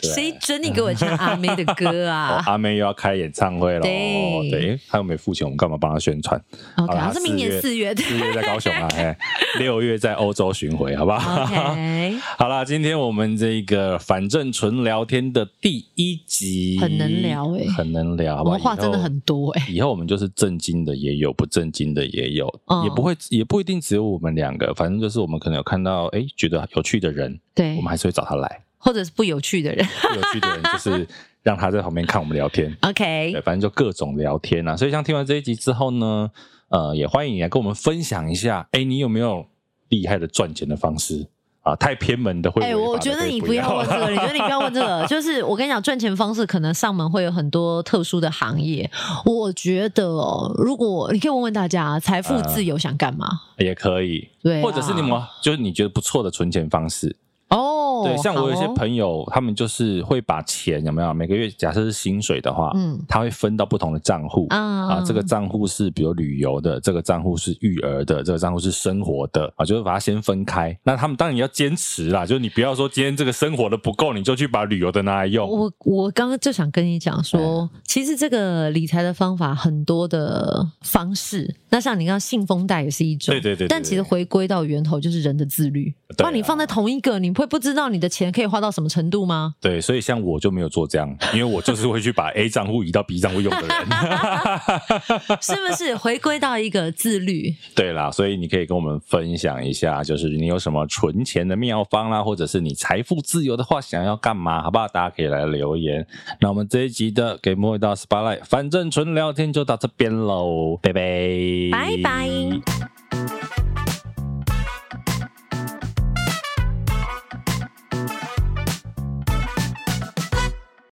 对谁准你给我唱阿妹的 歌哦？啊阿妹又要开演唱会了，对对，她又没付钱，我们干嘛帮她宣传？哦，好啦好像是明年四 月。四月在高雄啊，哎，六月在欧洲巡回，好不好 OK， 好啦，今天我们这个反正纯聊天的第一集，很能聊欸很能聊，好我不好？们话真的以后很多哎、以后我们就是正经的也有，不正经的也有，嗯也不会也不一定只有我们两个，反正就是我们可能有看到哎觉得有趣的人，对我们还是会找他来。或者是不有趣的人。有趣的人就是让他在旁边看我们聊天，对， OK，反正就各种聊天啊。所以像听完这一集之后呢，呃，也欢迎你来跟我们分享一下，哎，你有没有厉害的赚钱的方式啊？太偏门的会违哎、法的可以，我觉得你不不要 问这 个，你觉得你不要问这个，就是我跟你讲，赚钱方式可能上门会有很多特殊的行业。我觉得哦，如果你可以问问大家，财富呃自由想干嘛？也可以，对啊或者是你们就是你觉得不错的存钱方式，哦，哦，对，像我有一些好哦朋友，他们就是会把钱有没有每个月，假设是薪水的话，嗯他会分到不同的账户啊啊，这个账户是比如旅游的，这个账户是育儿的，这个账户是生活的啊，就是把它先分开。那他们当然也要坚持啦，就是你不要说今天这个生活的不够，你就去把旅游的拿来用。我我刚刚就想跟你讲嗯说，其实这个理财的方法很多的方式，那像你刚刚信封贷也是一种，对对对对但其实回归到源头就是人的自律，不对啊然你放在同一个，你会不知道你的钱可以花到什么程度吗？ 对，所以像我就没有做这样，因为我就是会去把 A 账户移到 B 账户用的人。是不是回归到一个自律？对啦，所以你可以跟我们分享一下，就是你有什么存钱的妙方啦，或者是你财富自由的话，想要干嘛，好不好？大家可以来留言。那我们这一集的给莫一道 spotlight，反正纯聊天就到这边喽，拜拜，拜拜。